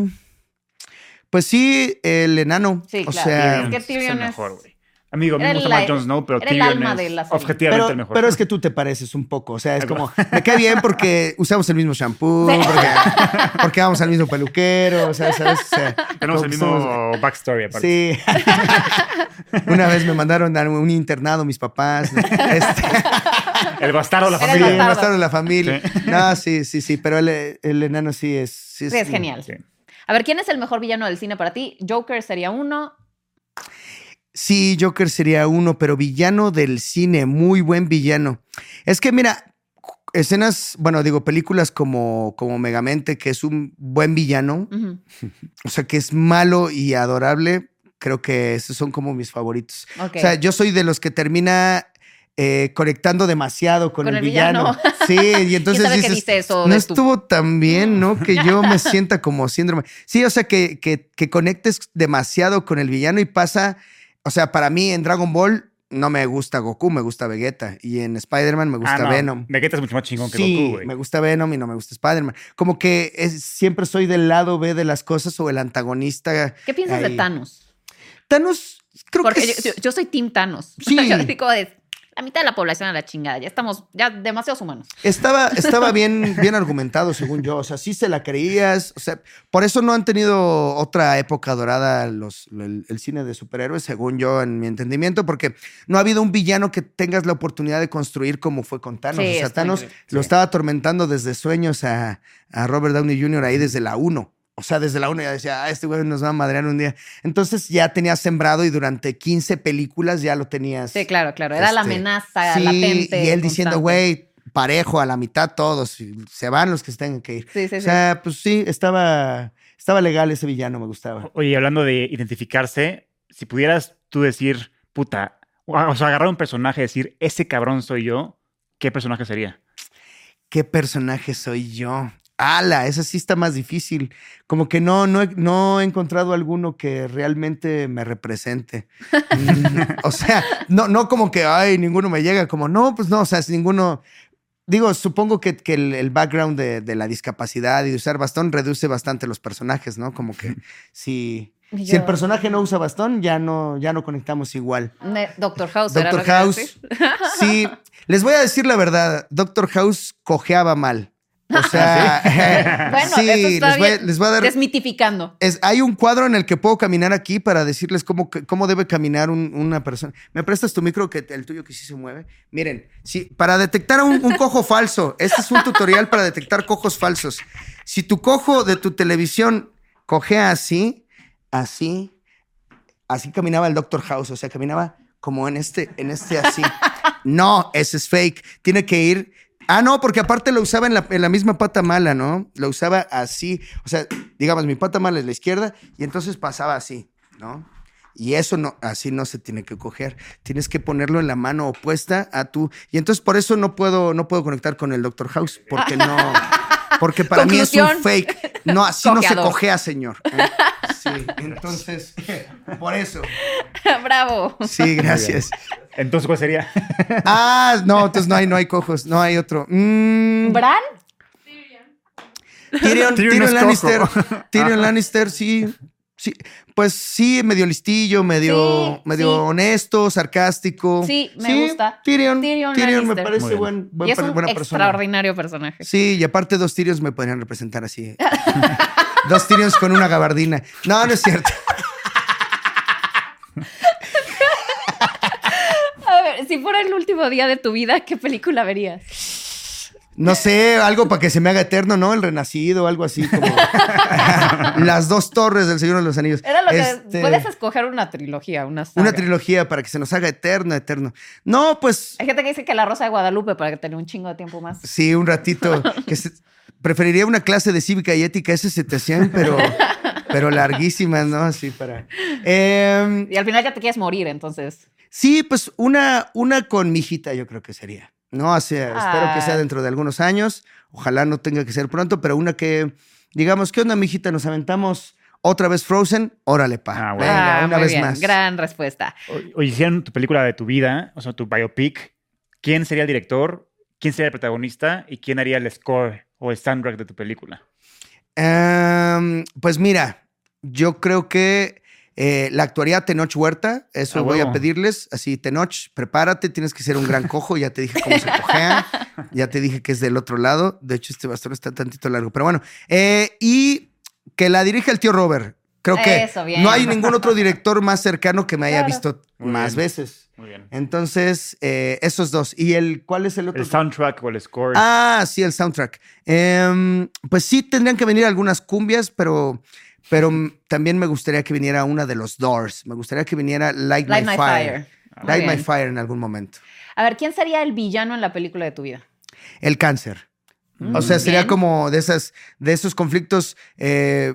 Pues sí, el enano.
Sí,
o
claro.
sea,
Es que Tyrion
el
es-
mejor, güey. Amigo, a mí
Era
me gusta más
la-
Jon Snow, pero
era el
Tyrion
alma
es
de la serie.
objetivamente
pero,
el mejor.
pero es que tú te pareces un poco, o sea, es
Ah,
como, me cae bien porque usamos el mismo shampoo, porque, porque vamos al mismo peluquero, o sea, ¿sabes? O sea,
Tenemos
como
el
que somos-
mismo backstory, aparte.
Sí. [LAUGHS] Una vez me mandaron a un internado mis papás.
[LAUGHS]
¿no? Este,
El bastardo de la
Era
sí,
el bastardo.
familia.
bastardo de la familia. No, sí, sí, sí, pero el, el enano sí es. Sí
Sí,
es,
es genial.
Sí. Ah,
A ver, ¿quién es el mejor villano del cine para ti? Joker sería uno.
Sí, Joker sería uno, pero villano del cine, muy buen villano. Es que mira, escenas, bueno, digo, películas como, como Megamente, que es un buen villano,
Ujú,
o sea, que es malo y adorable, creo que esos son como mis favoritos.
ok.
O sea, yo soy de los que termina eh, conectando demasiado con,
Con
el,
el
villano.
[LAUGHS]
Sí, y entonces
¿Quién sabe qué
dices,
dice eso?
no
de tu-
estuvo tan bien, ¿no? Que
[LAUGHS]
yo me sienta como síndrome. Sí, o sea, que, que, que conectes demasiado con el villano y pasa, o sea, para mí en Dragon Ball no me gusta Goku, me gusta Vegeta. Y en Spider-Man me gusta
Ah, no.
Venom.
Vegeta es mucho más chingón que
Sí,
Goku, güey.
me gusta Venom y no me gusta Spider-Man. Como que es- siempre soy del lado B de las cosas o el antagonista.
¿Qué piensas de
Ahí.
Thanos?
Thanos, creo
Porque
que...
yo,
es-
yo- yo soy Team Thanos. [LAUGHS]
Sí.
yo digo de la mitad de la población a la chingada. Ya estamos, ya demasiados humanos.
Estaba, estaba bien, bien argumentado, según yo. O sea, sí se la creías. O sea, por eso no han tenido otra época dorada los, el, el cine de superhéroes, según yo, en mi entendimiento, porque no ha habido un villano que tengas la oportunidad de construir como fue con Thanos.
Sí,
o sea,
está
Thanos
increíble.
lo
Sí.
estaba atormentando desde sueños a, a Robert Downey Jr. ahí desde la 1. O sea, desde la 1 ya decía, ah, este güey nos va a madrear un día. Entonces ya tenías sembrado y durante 15 películas ya lo tenías.
Sí, claro, claro. Era la
Este,
amenaza
Sí,
latente.
Y él
constante.
diciendo, güey, parejo, a la mitad todos, y se van los que se tengan que ir.
Sí, sí,
O
sí.
sea, pues sí, estaba, estaba legal ese villano, me gustaba.
Oye, hablando de identificarse, si pudieras tú decir, puta, o o sea, agarrar un personaje y decir, ese cabrón soy yo, ¿qué personaje sería?
¿Qué personaje soy yo? Ala, esa sí está más difícil. Como que no, no, he, no he encontrado alguno que realmente me represente.
[LAUGHS]
Mm, o sea, no, no como que, ay, ninguno me llega, como, no, pues no, o sea, es ninguno. Digo, supongo que, que el, el background de, de la discapacidad y de usar bastón reduce bastante los personajes, ¿no? Como
[LAUGHS]
que si,
Y
si el
yo-
personaje no usa bastón, ya no, ya no conectamos igual.
Ne- Doctor House. era
Doctor
lo que iba a
House.
decir.
Sí, [LAUGHS] les voy a decir la verdad. Doctor House cojeaba mal. O sea, [LAUGHS]
Bueno,
sí,
eso está
les, voy, a-
bien.
les voy a dar.
Desmitificando. [LAUGHS]
es- hay un cuadro en el que puedo caminar aquí para decirles cómo, que- cómo debe caminar un- una persona. ¿Me prestas tu micro, que el tuyo que sí se mueve? Miren, sí, para detectar un, un cojo falso, este es un tutorial para detectar cojos falsos. Si tu cojo de tu televisión cojea así, así, así caminaba el Doctor House, o sea, caminaba como en este, en este así. No, ese es fake. Tiene que ir. Ah, no, porque aparte lo usaba en la, en la misma pata mala, ¿no? Lo usaba así. O sea, digamos, mi pata mala es la izquierda y entonces pasaba así, ¿no? Y eso no, así no se tiene que coger. Tienes que ponerlo en la mano opuesta a tu. Y entonces por eso no puedo, no puedo conectar con el Doctor House, porque no. Porque para mí es
Conclusión.
un fake. No, así no se
Cojeador.
cojea,
[LAUGHS]
señor. Sí, entonces, por eso.
Bravo.
Sí, gracias.
Entonces, ¿cuál sería? [LAUGHS]
Ah, no, entonces no hay, no hay cojos, no hay otro. Mm,
¿Bran?
Tyrion,
Tyrion
Tyrion
es cojo.
Lannister.
[LAUGHS]
Tyrion Lannister, sí. Sí, pues sí, medio listillo, medio,
Sí,
medio
sí.
honesto, sarcástico.
Sí, me gusta.
Tyrion, Tyrion,
Tyrion
me
Lannister.
parece
Muy bien.
buen, buen
y es
per-
un
buena persona.
extraordinario personaje.
Sí, y aparte dos Tyrions me podrían representar así. ¿eh? [LAUGHS] dos Tyrions con una gabardina. No, no es cierto.
A ver, si fuera el último día de tu vida, ¿qué película verías?
No sé, algo para que se me haga eterno, ¿no? El renacido, algo
[LAUGHS]
así como las dos torres del Señor de los Anillos.
Era lo que
Este,
puedes escoger una trilogía, una saga.
Una trilogía para que se nos haga eterno, eterno. No, pues
Hay gente que dice que La Rosa de Guadalupe para que tenga un chingo de tiempo más.
sí, un ratito. que se- preferiría una clase de cívica y ética, ese se te hacían, pero, pero larguísimas, ¿no? Así para. Em,
Y al final ya te quieres morir, entonces.
sí, pues una, una con mi hijita, yo creo que sería. No, o sea, espero que sea
Ah.
dentro de algunos años. Ojalá no tenga que ser pronto, pero una que, digamos, ¿qué onda, mijita? Nos aventamos otra vez Frozen. Órale, pa.
Ah, bueno.
Venga,
Ah,
una
muy
vez
bien.
más.
Gran respuesta.
O- Oye, hicieron tu película de tu vida, o sea, tu biopic, ¿quién sería el director? ¿Quién sería el protagonista? ¿Y quién haría el score o el soundtrack de tu película?
Em, pues mira, yo creo que eh, la actuaría Tenoch Huerta, eso
A
voy a
huevo.
pedirles. Así, Tenoch, prepárate, tienes que ser un gran cojo. Ya te dije cómo se
[LAUGHS]
cojea, ya te dije que es del otro lado. De hecho, este bastón está tantito largo, pero bueno. eh, y que la dirige el tío Robert. Creo que
Eso, bien.
no hay ningún otro director más cercano que me haya visto
Muy
más
bien.
veces.
Muy bien.
Entonces, eh, esos dos. ¿Y el cuál es el otro?
El soundtrack o el score.
Ah, sí, el soundtrack. Em, pues sí, tendrían que venir algunas cumbias, pero, pero m- también me gustaría que viniera una de los Doors. Me gustaría que viniera Light,
Light
My,
My
Fire.
Fire. Muy
Light My
bien.
Fire en algún momento.
A ver, ¿quién sería el villano en la película de tu vida?
El cáncer. O sea,
Mm,
sería
bien.
como de, esas, de esos conflictos eh,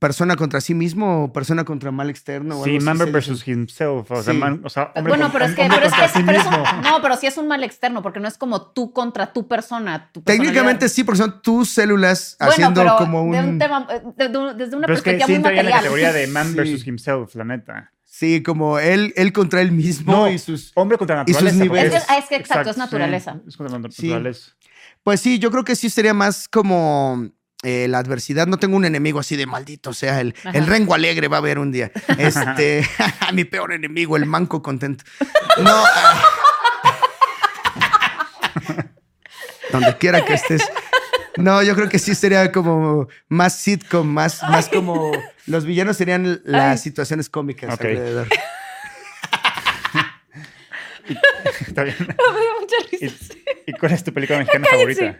persona contra sí mismo o persona contra mal externo. o
sí,
algo así
member
se dice.
versus himself. O sea,
Sí.
man- o sea, hombre
Bueno,
con-
pero es que,
hombre
pero es que
contra sí
pero es
mismo.
un- no, pero sí es un mal externo, porque no es como tú contra tu persona. tu
Técnicamente
personalidad.
sí, porque son tus células
Bueno,
haciendo
pero
como un...
de un tema, eh, de- de un- desde una
Pero es que
perspectiva
sí
muy
entraría en la
material.
categoría de man
Sí.
versus himself, la neta.
Sí, como él, él contra él mismo
No,
y sus...
hombre contra
sus
naturaleza. porque
niveles.
Es que- ah, es que exacto, es naturaleza.
sí, es contra la
Sí.
naturaleza. [LAUGHS]
Pues sí, yo creo que sí sería más como eh, la adversidad. No tengo un enemigo así de maldito, o sea, el,
Ajá.
el rengo alegre va a haber un
[LAUGHS]
día. Este, [LAUGHS] mi peor enemigo, el manco contento. No. ah. [LAUGHS] Donde quiera que estés. No, yo creo que sí sería como más sitcom, más, más como los villanos serían las
Ay.
situaciones cómicas
Ok.
alrededor.
Está
[LAUGHS]
bien.
[LAUGHS] Me dio mucha risa.
¿Y, y cuál es tu película mexicana favorita?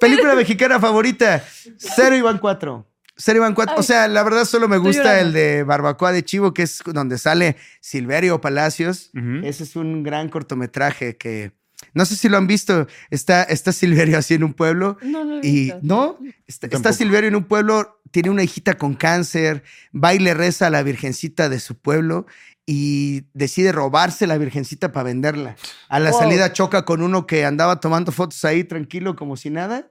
Película mexicana favorita, Cero y van cuatro. Serio Van Cuatro.
Ay.
O sea, la verdad solo me
Estoy
gusta el
llorando.
de Barbacoa de Chivo, que es donde sale Silverio Palacios.
Ujú.
Ese es un gran cortometraje que no sé si lo han visto. Está, está Silverio así en un pueblo
No, [LAUGHS] no,
y no, está, está
Yo tampoco.
Silverio en un pueblo, tiene una hijita con cáncer, va y le reza a la virgencita de su pueblo y decide robarse la virgencita para venderla. A la
Wow.
salida choca con uno que andaba tomando fotos ahí tranquilo como si nada.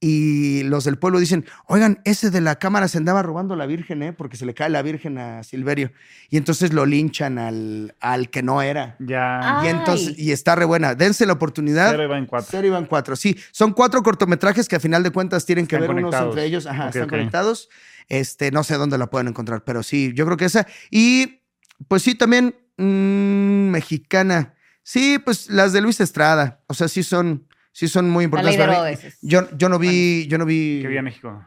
Y los del pueblo dicen, oigan, ese de la cámara se andaba robando la virgen, ¿eh? Porque se le cae la virgen a Silverio. Y entonces lo linchan al, al que no era.
Ya.
Y
Ay.
entonces, y está re buena. Dense la oportunidad.
Cero iba en cuatro.
Cero iban cuatro, sí. Son cuatro cortometrajes que a final de cuentas tienen que
Están
ver unos
conectados.
entre ellos. Ajá,
Ok,
están
ok.
conectados. Este, no sé dónde la pueden encontrar, pero sí, yo creo que esa. Y pues sí, también mm, mexicana. Sí, pues las de Luis Estrada. O sea, sí son, sí son muy
La ley
importantes.
de
para mí.
Herodes.
Yo, yo no vi, yo no vi.
Que viva México.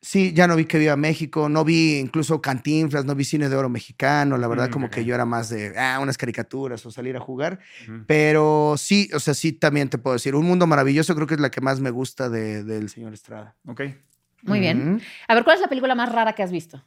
Sí, ya no vi que viva México, no vi incluso Cantinflas, no vi cine de oro mexicano. La verdad,
Mm,
como
ok.
que yo era más de ah, unas caricaturas o salir a jugar.
Ujú.
Pero sí, o sea, sí también te puedo decir. Un mundo maravilloso creo que es la que más me gusta de- del señor Estrada.
Ok.
Muy bien.
Ujú.
A ver, ¿cuál es la película más rara que has visto?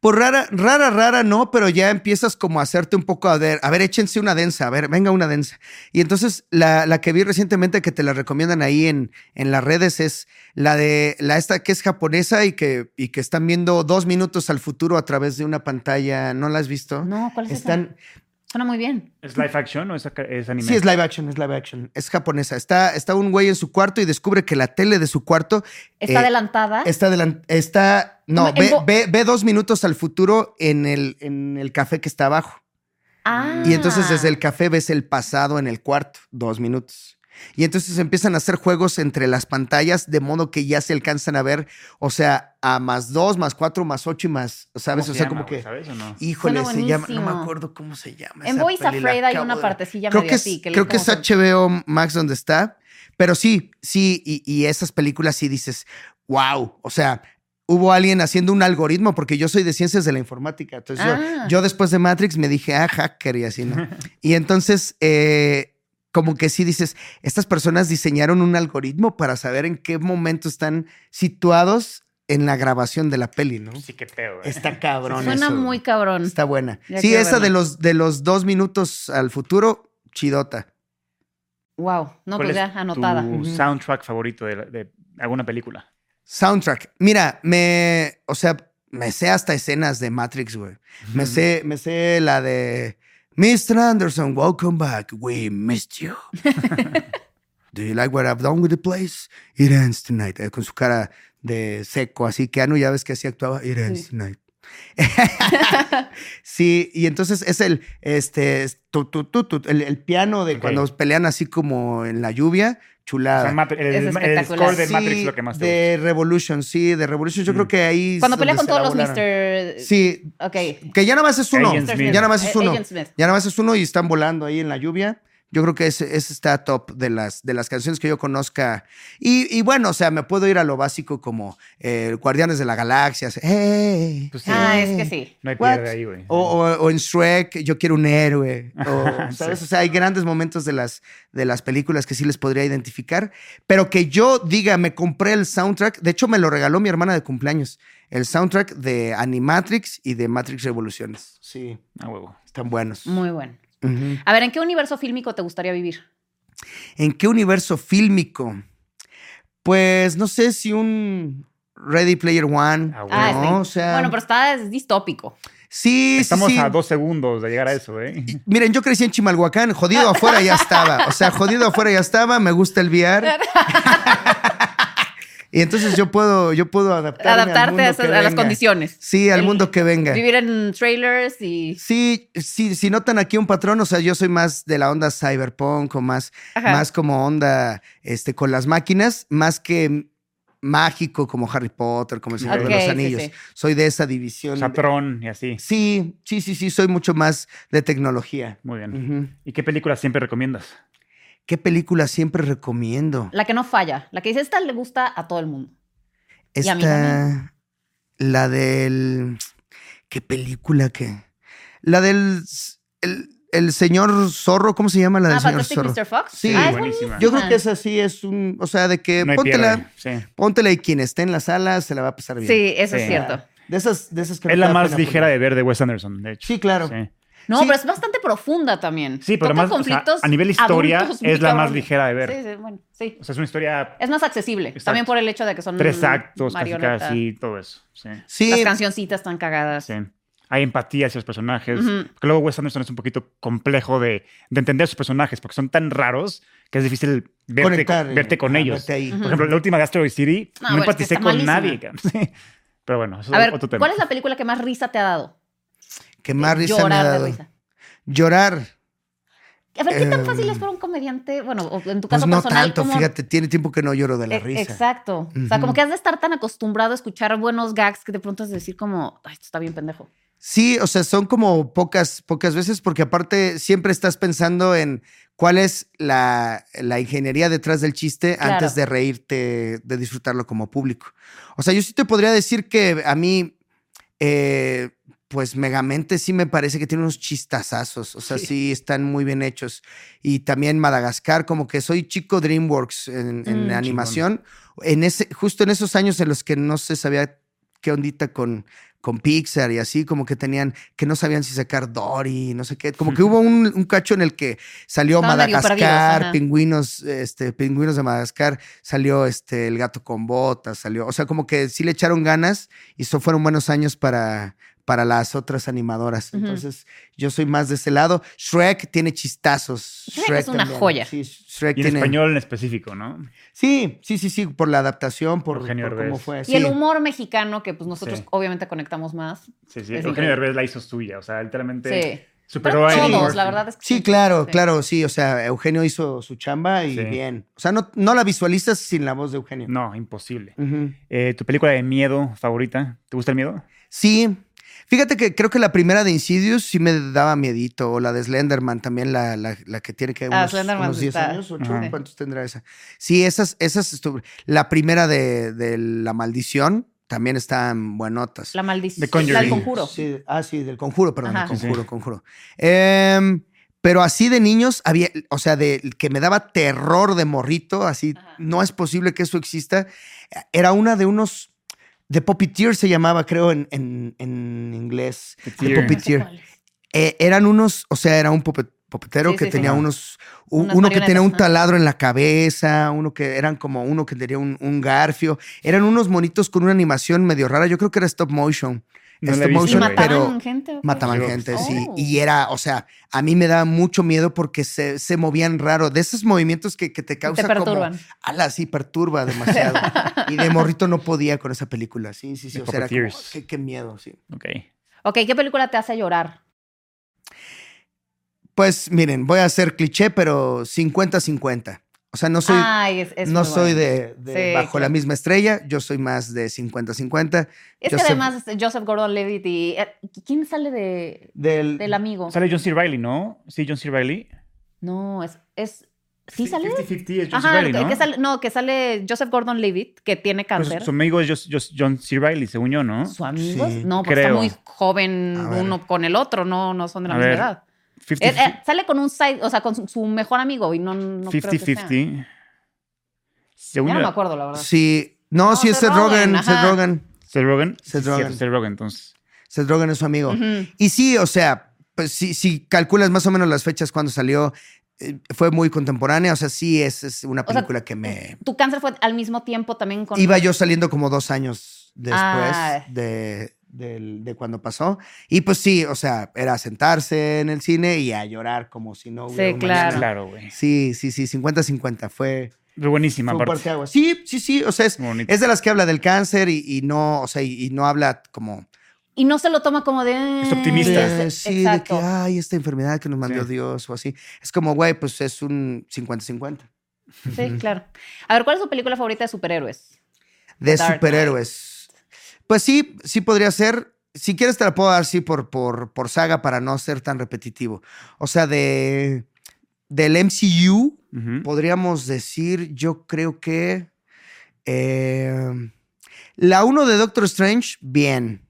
Pues rara, rara, rara no, pero ya empiezas como a hacerte un poco a ver, a ver, échense una densa, a ver, venga una densa. Y entonces la, la que vi recientemente que te la recomiendan ahí en, en las redes es la de la esta que es japonesa y que, y que están viendo dos minutos al futuro a través de una pantalla. ¿No la has visto?
No, ¿cuál es
Están,
esa? Suena muy bien.
¿Es live action o es, aca- es anime?
Sí, es live action, es live action. Es japonesa. Está, está un güey en su cuarto y descubre que la tele de su cuarto
¿Está
Eh,
adelantada?
está adelan- está. No,
¿Ah? En
ve,
bo-
ve- ve dos minutos al futuro en el, en el café que está abajo.
Ah.
Y entonces desde el café ves el pasado en el cuarto, dos minutos. Y entonces empiezan a hacer juegos entre las pantallas de modo que ya se alcanzan a ver, o sea, a más dos, más cuatro, más ocho y más, ¿sabes? O sea, como que,
¿Sabes o no?
híjole,
Suena
se llama, no me
buenísimo.
acuerdo cómo se llama.
En
esa
Boys
peli, la
Afraid hay
acabo
una
de-
partecilla
creo
medio
que es,
así. le-
creo que
como
es HBO Max donde está, pero sí, sí, y, y esas películas sí dices, wow, o sea, hubo alguien haciendo un algoritmo, porque yo soy de ciencias de la informática, entonces yo-
Ah.
yo, después de Matrix me dije, ah, hacker y
[LAUGHS]
así, ¿no? y entonces, eh, como que sí dices, estas personas diseñaron un algoritmo para saber en qué momento están situados en la grabación de la peli, ¿no?
Sí, qué pedo. eh.
Está cabrón.
Suena
eso.
muy cabrón.
Está buena.
Ya
sí,
quiero
esa de
verla.
los, de los dos minutos al futuro, chidota.
Wow. No,
¿Cuál
pues ya
es
anotada.
Tu
Ujú.
soundtrack favorito de, la- de alguna película.
Soundtrack. Mira, me. O sea, me sé hasta escenas de Matrix, güey.
Mm,
Me sé, me sé la de. Mr. Anderson, welcome back. We missed
[LAUGHS]
you. Do you like what I've done with the place? It ends tonight. Eh, con su cara de seco, así que Anu ya ves que así actuaba. It ends
Sí.
tonight. [LAUGHS] sí, y entonces es el este es tu, tu, tu, tu, el, el piano de
Ok.
cuando pelean así como en la lluvia,
O
chulada.
sea, Mat- el,
Es
el- el
espectacular.
score de
Sí,
Matrix es lo que más te gusta.
De Revolution, sí, de Revolution. Yo
Mm.
creo que ahí. es
Cuando pelea con
donde
todos
se la
los eh,
volaron.
Mr.
Sí.
Ok.
Que ya nada más es uno.
Agent
Mr.
Smith.
Ya nada más es
A-
uno.
Agent Smith.
Ya nada más es uno y están volando ahí en la lluvia. Yo creo que ese, ese está top de las, de las canciones que yo conozca. Y, y bueno, o sea, me puedo ir a lo básico como eh, Guardianes de la Galaxia. así, "Hey,
Pues sí.
Ah,
hey".
es que sí.
No hay
What?
pierde ahí, güey.
O, o- o en Shrek, Yo quiero un héroe. O, ¿sabes?
[LAUGHS] Sí.
O sea, hay grandes momentos de las, de las películas que sí les podría identificar. Pero que yo diga, me compré el soundtrack. De hecho, me lo regaló mi hermana de cumpleaños. El soundtrack de Animatrix y de Matrix Revoluciones. Sí,
A Ah, huevo.
están buenos.
Muy bueno.
Ujú.
A ver, ¿en qué universo fílmico te gustaría vivir?
¿En qué universo fílmico? Pues no sé si un Ready Player One.
Ah,
Ah,
¿no?
está-
O sea,
Bueno, pero está es distópico.
sí, sí,
Estamos
sí.
a dos segundos de llegar a eso, ¿eh?
Y- Miren, yo crecí en Chimalhuacán, jodido afuera ya estaba. O sea, jodido afuera ya estaba, me gusta
[LAUGHS]
el VR. y entonces yo puedo, yo puedo adaptarme al
Adaptarte
mundo
a,
que
esas- a las
venga.
condiciones.
Sí, al
El-
mundo que venga.
Vivir en trailers y.
Sí, sí, si notan aquí un patrón, o sea, yo soy más de la onda cyberpunk o más,
Ajá.
más como onda este, con las máquinas, más que mágico como Harry Potter, como el Señor
Ok,
de los
sí,
Anillos.
sí.
Soy de esa división.
Satrón y así.
Sí, sí, sí, sí, soy mucho más de tecnología.
Muy bien.
Ujú.
¿Y qué película siempre recomiendas?
¿Qué película siempre recomiendo?
La que no falla. La que dice, esta le gusta a todo el mundo. y a mí
Esta, la del... ¿Qué película que? La del... el- el señor zorro, ¿cómo se llama la del
Ah,
señor
Fantastic
zorro?
Mr. Fox.
Sí.
Ah, es
Buenísima.
Yo creo que
buenísima.
es así, es un, o sea, de que
No hay
póntela,
pierde, sí.
póntela y quien esté en la sala se la va a pasar bien.
Sí, eso es
Sí.
cierto.
De esas, de esas que
Es
no
la
te da
más
pena
ligera
poner.
de ver de Wes Anderson, de hecho.
Sí, claro.
Sí.
No,
Sí.
pero es bastante profunda también.
Sí, pero
Toca
además, o sea, a nivel historia,
adultos muy
es la más
cabrones.
ligera de ver.
Sí, sí, bueno, sí.
O sea, es una historia
Es más accesible.
Exacto.
También por el hecho de que son
tres actos, casi
marioneta.
casi, todo eso. Sí.
Sí,
Las cancioncitas tan cagadas.
Sí. Hay empatía hacia los personajes.
Ujú.
Porque luego Wes Anderson es un poquito complejo de, de entender sus personajes porque son tan raros que es difícil verte,
conectar.
verte con
ah,
ellos.
verte ahí.
Ujú.
Por ejemplo, la última de Asteroid City
No,
no,
Ah, bueno, es que
empaticé
está
con
malísima.
nadie. cabrón. [LAUGHS] Sí. Pero bueno, eso
A
es
ver,
otro tema.
¿cuál es la película que más risa te ha dado?
Que más risa me ha
Llorar
dado.
de risa.
eh, Llorar.
A ver, ¿qué tan
Eh,
fácil es para un comediante? Bueno, o en tu
Pues
caso
no
personal.
tanto,
¿cómo-
fíjate, tiene tiempo que no lloro de la
E-
risa.
Exacto. O sea, como
Ujú.
que has de estar tan acostumbrado a escuchar buenos gags que de pronto has de decir como, ay, esto está bien pendejo.
Sí, o sea, son como pocas, pocas veces, porque aparte siempre estás pensando en cuál es la, la ingeniería detrás del chiste
Claro.
antes de reírte, de disfrutarlo como público. O sea, yo sí te podría decir que a mí, eh, pues Megamente sí me parece que tiene unos chistazazos, o sea, sí. están muy bien hechos. Y también Madagascar, como que soy chico DreamWorks en, en
Mm.
animación, en ese, justo en esos años en los que no se sabía qué ondita con con Pixar y así, como que tenían, que no sabían si sacar Dory, no sé qué. Como que hubo un, un cacho en el que salió
Estaban medio perdidos, ajá.
Madagascar, pingüinos, este, pingüinos de Madagascar, salió este, el gato con botas, salió. O sea, como que sí le echaron ganas y eso fueron buenos años para, para las otras animadoras.
Ujú.
Entonces, yo soy más de ese lado. Shrek tiene chistazos.
Shrek es una joya.
Sí, Shrek
Y en
tiene.
español en específico, ¿no?
Sí, sí, sí, sí, por la adaptación, por,
Eugenio
por cómo
Derbez.
fue.
Y
sí.
el humor mexicano, que pues nosotros
Sí.
obviamente conectamos más.
Sí, sí.
Es
Eugenio
increíble.
Derbez la hizo suya. O sea, literalmente
Sí.
superó
Pero
a Eddie
todos,
Murphy.
la verdad es que.
Sí, claro,
Sí.
claro, sí. O sea, Eugenio hizo su chamba y
Sí.
bien. O sea, no, no la visualizas sin la voz de Eugenio.
No, imposible.
Ujú.
Eh, ¿Tu película de miedo favorita? ¿Te gusta el miedo?
Sí. Fíjate que creo que la primera de Insidious sí me daba miedito, o la de Slenderman también, la, la- la que tiene que
Ah,
unos,
Slenderman
unos 10
está-
años, ocho,
Ajá.
¿cuántos tendrá esa? Sí, esas, esas, estu- la primera de, de La Maldición también están buenotas.
La maldición.
The Conjuring.
La del conjuro.
Sí, ah, sí, del conjuro, perdón,
Ajá.
del
Sí, sí.
conjuro, conjuro. Em, pero así de niños había, o sea, de que me daba terror de morrito, así,
Ajá.
no es posible que eso exista. Era una de unos, de Puppeteer se llamaba, creo, en, en- en inglés.
Puppeteer.
De Puppeteer.
No sé cuál es.
Eh, eran unos, o sea, era un popetero
Sí,
que
sí, sí.
tenía
Ajá.
unos, u-
Unas
uno que tenía un
marionetas, ajá.
taladro en la cabeza, uno que eran como uno que tenía un, un garfio. Eran unos monitos con una animación medio rara. Yo creo que era stop motion.
No la he
stop
visto,
¿Y
motion,
güey.
mataban
pero
gente. o qué?
mataban
Yo-
gente,
Oh.
sí. Y era, o sea, a mí me daba mucho miedo porque se, se movían raro. De esos movimientos que, que te
Te
causan como...
perturban.
Ala, sí, perturba demasiado.
[LAUGHS]
y de morrito no podía con esa película. Sí, sí, sí.
De
O sea, era como,
Puppeteers.
qué, qué miedo, sí.
Ok.
Ok, ¿qué película te hace llorar?
Pues miren, voy a hacer cliché, pero 50-50. O sea, no soy,
Ay, Ah, es, es
no
muy
soy
buena.
de, de
Sí,
bajo la
claro.
misma estrella, yo soy más de 50-50.
Es que
Joseph-
además este, Joseph Gordon-Levitt y eh, ¿quién sale de
Del,
del amigo?
Sale John C. Reilly, ¿no? Sí, John C. Reilly.
No, es es sí
Sí,
sale.
50-50 es John C.
Ajá,
Reilly,
que,
¿no?
que sale, no, que sale Joseph Gordon-Levitt que tiene
Pues
cáncer.
su amigo es Jos- Jos- John C. Reilly, según yo, ¿no?
¿Su amigo?
Sí,
no, porque está
creo.
muy joven
A ver.
uno con el otro, no, no son de la
A
misma
ver, Este
edad.
50,
Eh, eh, sale con un side, o sea, con su, su mejor amigo y no, no creo que sea.
50-50. Según
Ya no
yo-
me acuerdo, la verdad.
Sí, no,
No,
sí es
Seth
Seth Rogen,
Rogen,
Seth
Oh, ajá.
Rogen.
Seth Rogen.
Seth
Sí, cierto,
Rogen.
Seth Rogen, entonces.
Seth Rogen es su amigo.
Ujú.
Y sí, o sea, pues si, si calculas más o menos las fechas cuando salió, eh, fue muy contemporánea. O sea, sí es, es una
sea,
película que me...
Tu cáncer fue al mismo tiempo también con
Iba yo saliendo como dos años después
Ah.
de, del- de cuando pasó. Y pues sí, o sea, era sentarse en el cine y a llorar como si no hubiera
Sí,
un
Claro.
mañana.
Claro, güey.
Sí, sí, sí, 50-50. Fue,
Fue Buenísima,
fue un
aparte.
parteaguas. Sí, sí, sí. O sea, es,
Muy bonito.
es de las que habla del cáncer y, y no, o sea, y, y no habla como.
y no se lo toma como de
Es optimista.
de-
de- Ah, sí, de que
Este, Exacto.
hay esta enfermedad que nos mandó
Sí.
Dios o así. Es como, güey, pues es un 50-50.
Sí, claro. A ver, ¿cuál es tu película favorita de superhéroes?
De
Dark
superhéroes. Pues sí, sí podría ser. Si quieres, te la puedo dar, sí, por, por, por saga para no ser tan repetitivo. O sea, de del MCU,
Ujú.
podríamos decir, yo creo que. em, eh, la 1 de Doctor Strange, bien.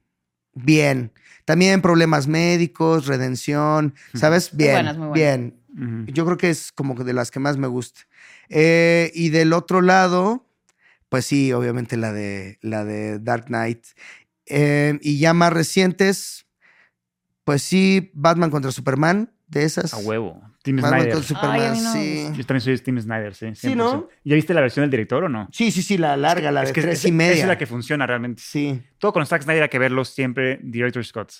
Bien. También problemas médicos, redención, ¿sabes?
Muy
Bien,
buenas, muy buenas.
bien.
Ujú.
Yo creo que es como que de las que más me gusta. Eh, y del otro lado, pues sí, obviamente la de, la de Dark Knight. Eh, y ya más recientes, pues sí, Batman contra Superman, de esas.
A huevo. Tim
Batman
Snyder.
contra Superman,
Ay, a mí
sí.
Yo también soy Tim Snyder, sí.
Sí, ¿no?
100%. ¿Ya viste la versión del director o no?
Sí, sí, sí, la larga, la de
Es que
tres
es-
y media.
esa es la que funciona realmente.
Sí.
Todo con Zack Snyder hay que verlo siempre Director Scott.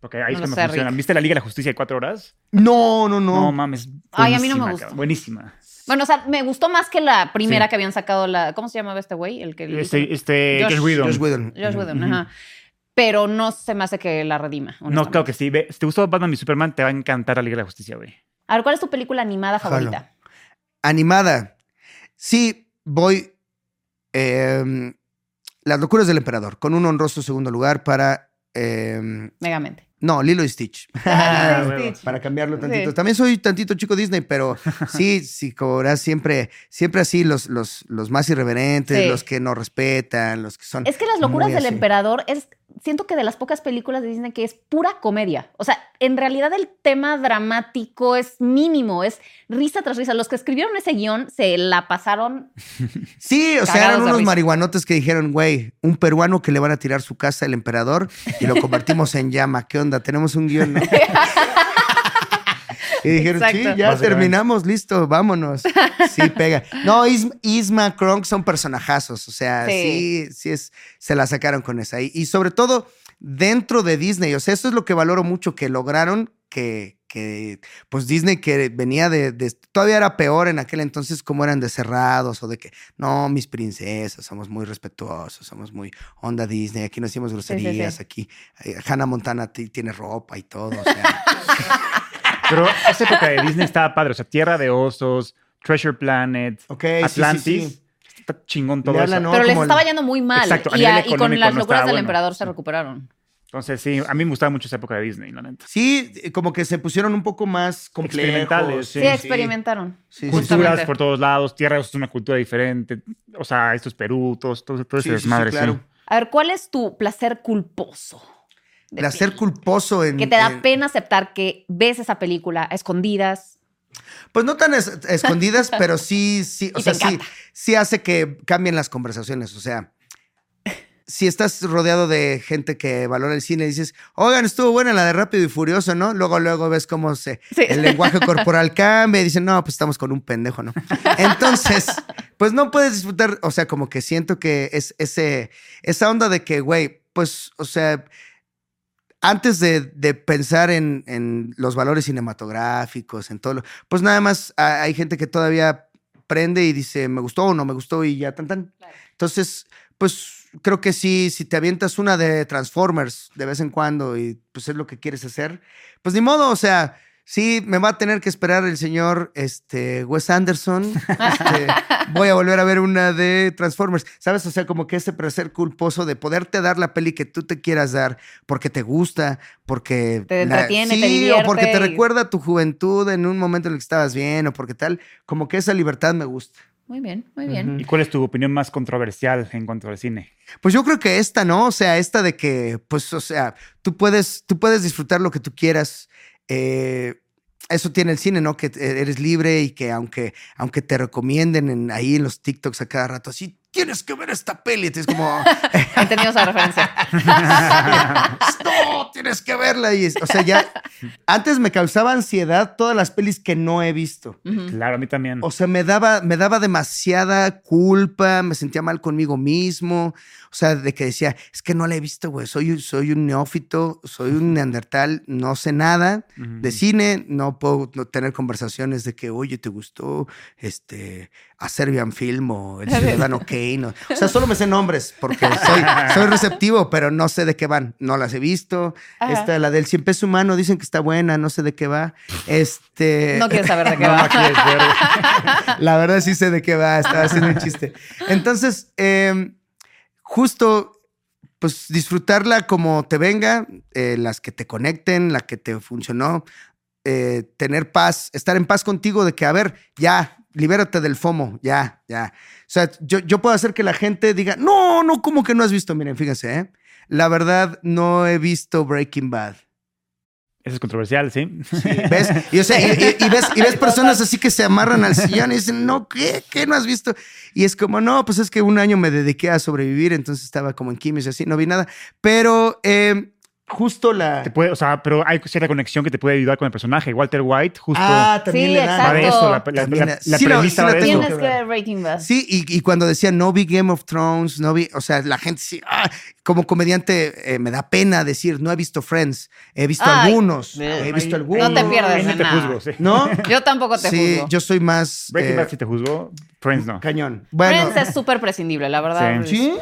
Porque ahí
No
es
lo
como
sé,
funciona.
Rick.
¿Viste la Liga de la Justicia de cuatro horas?
No, no,
No,
no.
mames.
Ay, a mí no me
buenísima,
gusta.
cabrón, Buenísima.
Bueno, o sea, me gustó más que la primera
Sí.
que habían sacado la. ¿Cómo se llamaba este güey? El que. el-
Este, este
Josh-
Josh Whedon.
Josh Whedon.
Josh Whedon,
Ujú.
ajá. Pero no se me hace que la redima.
No,
honestamente.
claro que sí. Ve, si te gustó Batman y Superman, te va a encantar la Liga de la Justicia, güey.
A ver, ¿cuál es tu película animada
Ojalá.
favorita?
Animada. Sí, voy. eh, Las locuras del emperador, con un honroso segundo lugar para. eh,
Megamente.
no, Lilo y Stitch.
Ah,
huevo.
Stitch.
Para cambiarlo
Sí.
tantito. También soy tantito chico
[LAUGHS]
Disney, pero sí, sí, como verás, siempre, siempre así los, los, los más irreverentes,
Sí.
los que no respetan, los que son.
Es que Las locuras
Muy
del
así.
emperador es siento que de las pocas películas de Disney que es pura comedia. O sea, en realidad el tema dramático es mínimo, es risa tras risa. Los que escribieron ese guión se la pasaron.
Sí, o
Cagados
sea, eran
de
unos
risa.
marihuanotes que dijeron, güey, un peruano que le van a tirar su casa al emperador y lo convertimos en llama. ¿Qué onda? Tenemos un guión, ¿no? Y dijeron,
Exacto.
sí, ya
Básicamente.
terminamos, listo, vámonos. Sí, pega. No, Is- Isma, Kronk son personajazos, o sea, sí,
Sí.
sí, es, se la sacaron con esa. Y, y sobre todo dentro de Disney, o sea, eso es lo que valoro mucho, que lograron que, que pues Disney que venía de, de- todavía era peor en aquel entonces como eran de cerrados o de que, no, mis princesas, somos muy respetuosos, somos muy onda Disney, aquí no hacemos
sí, sí.
groserías, aquí eh, Hannah Montana ti- tiene ropa y todo, o sea.
Pero esa época de Disney estaba padre. O sea, Tierra de Osos, Treasure Planet,
[LAUGHS] Ok, sí, sí,
Atlantis.
sí.
Está chingón todo
Le
eso.
hablan, ¿no?
pero les
como el-
estaba yendo muy mal.
Exacto, a
y,
nivel
a- y con
económico
las
no
locuras
estaba
del
bueno.
emperador se
Sí.
recuperaron.
Entonces, sí, a mí me gustaba mucho esa época de Disney, la neta.
Sí, eh, como que se pusieron un poco más complejos.
Experimentales,
Sí,
Sí,
experimentaron.
Sí, sí,
Culturas
justamente.
por todos lados, Tierra de Osos es una cultura diferente. O sea, estos perutos, todo, todo
Sí,
ese
sí, sí,
desmadre, sí.
claro.
A ver, ¿cuál es tu placer culposo? de
Placer eh,
peli?
culposo en...
Que te da
en-
pena aceptar que ves esa película a escondidas.
Pues no tan es-
[LAUGHS]
escondidas, pero sí, sí, o
Y
sea,
te
sí,
encanta.
sí hace que cambien las conversaciones. O sea, si estás rodeado de gente que valora el cine y dices, oigan, estuvo buena la de Rápido y Furioso, ¿no? Luego, luego ves cómo se,
Sí.
el lenguaje corporal cambia y dicen, no, pues estamos con un pendejo, ¿no? Entonces, pues no puedes disfrutar, o sea, como que siento que es ese, esa onda de que, güey, pues, o sea, antes de, de pensar en, en los valores cinematográficos, en todo lo, pues nada más ha- hay gente que todavía prende y dice, me gustó o no me gustó y ya tan tan.
Claro.
Entonces, pues creo que sí, si te avientas una de Transformers de vez en cuando y pues es lo que quieres hacer, pues ni modo, o sea, sí, me va a tener que esperar el señor este, Wes Anderson.
[LAUGHS]
Este, voy a volver a ver una de Transformers. ¿Sabes? O sea, como que ese placer culposo de poderte dar la peli que tú te quieras dar porque te gusta, porque...
Te
la-
entretiene,
sí,
te divierte
o porque te
y-
recuerda a tu juventud en un momento en el que estabas bien o porque tal. Como que esa libertad me gusta.
[LAUGHS] Muy bien, muy bien.
Ujú.
¿Y cuál es tu opinión más controversial en cuanto al cine?
Pues yo creo que esta, ¿no? O sea, esta de que, pues, o sea, tú puedes, tú puedes disfrutar lo que tú quieras. eh, eso tiene el cine, ¿no? Que te- eres libre y que aunque, aunque te recomienden en- ahí en los TikToks a cada rato, así, tienes que ver esta peli. Es como, [LAUGHS]
Entendido esa referencia.
no, tienes que verla. Y es- o sea, ya, antes me causaba ansiedad todas las pelis que no he visto.
Ujú.
Claro, a mí también.
Mm. O sea, me daba, me daba demasiada culpa, me sentía mal conmigo mismo. O sea, de que decía, es que no la he visto, güey. Soy, soy un neófito, soy un neandertal, no sé nada
Ujú.
de cine, no puedo no tener conversaciones de que, oye, ¿te gustó este, a Serbian Film o El Ciudadano Kane? O, o sea, solo me sé nombres porque soy, soy receptivo, pero no sé de qué van. No las he visto.
Ajá.
Esta, la del Cien Peso Humano, dicen que está buena, no sé de qué va. Este,
No quiero saber de qué [LAUGHS]
No,
va.
la quieres ver, güey.
la verdad sí sé de qué va, estaba haciendo un chiste. Entonces, eh, justo, pues disfrutarla como te venga, eh, las que te conecten, la que te funcionó, eh, tener paz, estar en paz contigo de que, a ver, ya, libérate del FOMO, ya, ya. O sea, yo, yo puedo hacer que la gente diga, no, no, ¿cómo que no has visto? Miren, fíjense, ¿eh? La verdad, no he visto Breaking Bad.
Eso es controversial, ¿sí?
¿Ves? Y, o sea, y- y- y ves, y ves personas así que se amarran al sillón y dicen, no, ¿qué? ¿Qué no has visto? Y es como, no, pues es que un año me dediqué a sobrevivir, entonces estaba como en quimios y así, no vi nada. Pero eh, justo la...
Te puede, o sea, pero hay cierta conexión que te puede ayudar con el personaje. Walter White, justo
Ah, también
Sí,
le dan.
exacto.
va de eso, la, la,
También
la-
es-
la
sí lo-
premisa
sí lo
va de
tengo.
eso.
Tienes que ver Breaking Bad.
Sí, y, y cuando decía no vi Game of Thrones, no vi, o sea, la gente sí, ah, como comediante eh, me da pena decir no he visto Friends, he visto
Ay.
algunos,
Bien.
he visto
Ahí-
algunos.
No te pierdas
ahí
de
te
nada.
juzgo, sí.
¿No?
[LAUGHS] Yo tampoco te
sí,
juzgo.
yo soy más
Breaking
eh,
Bad sí te juzgo, Friends no.
cañón.
Friends
Bueno,
es súper prescindible, la verdad.
Sí.
¿sí?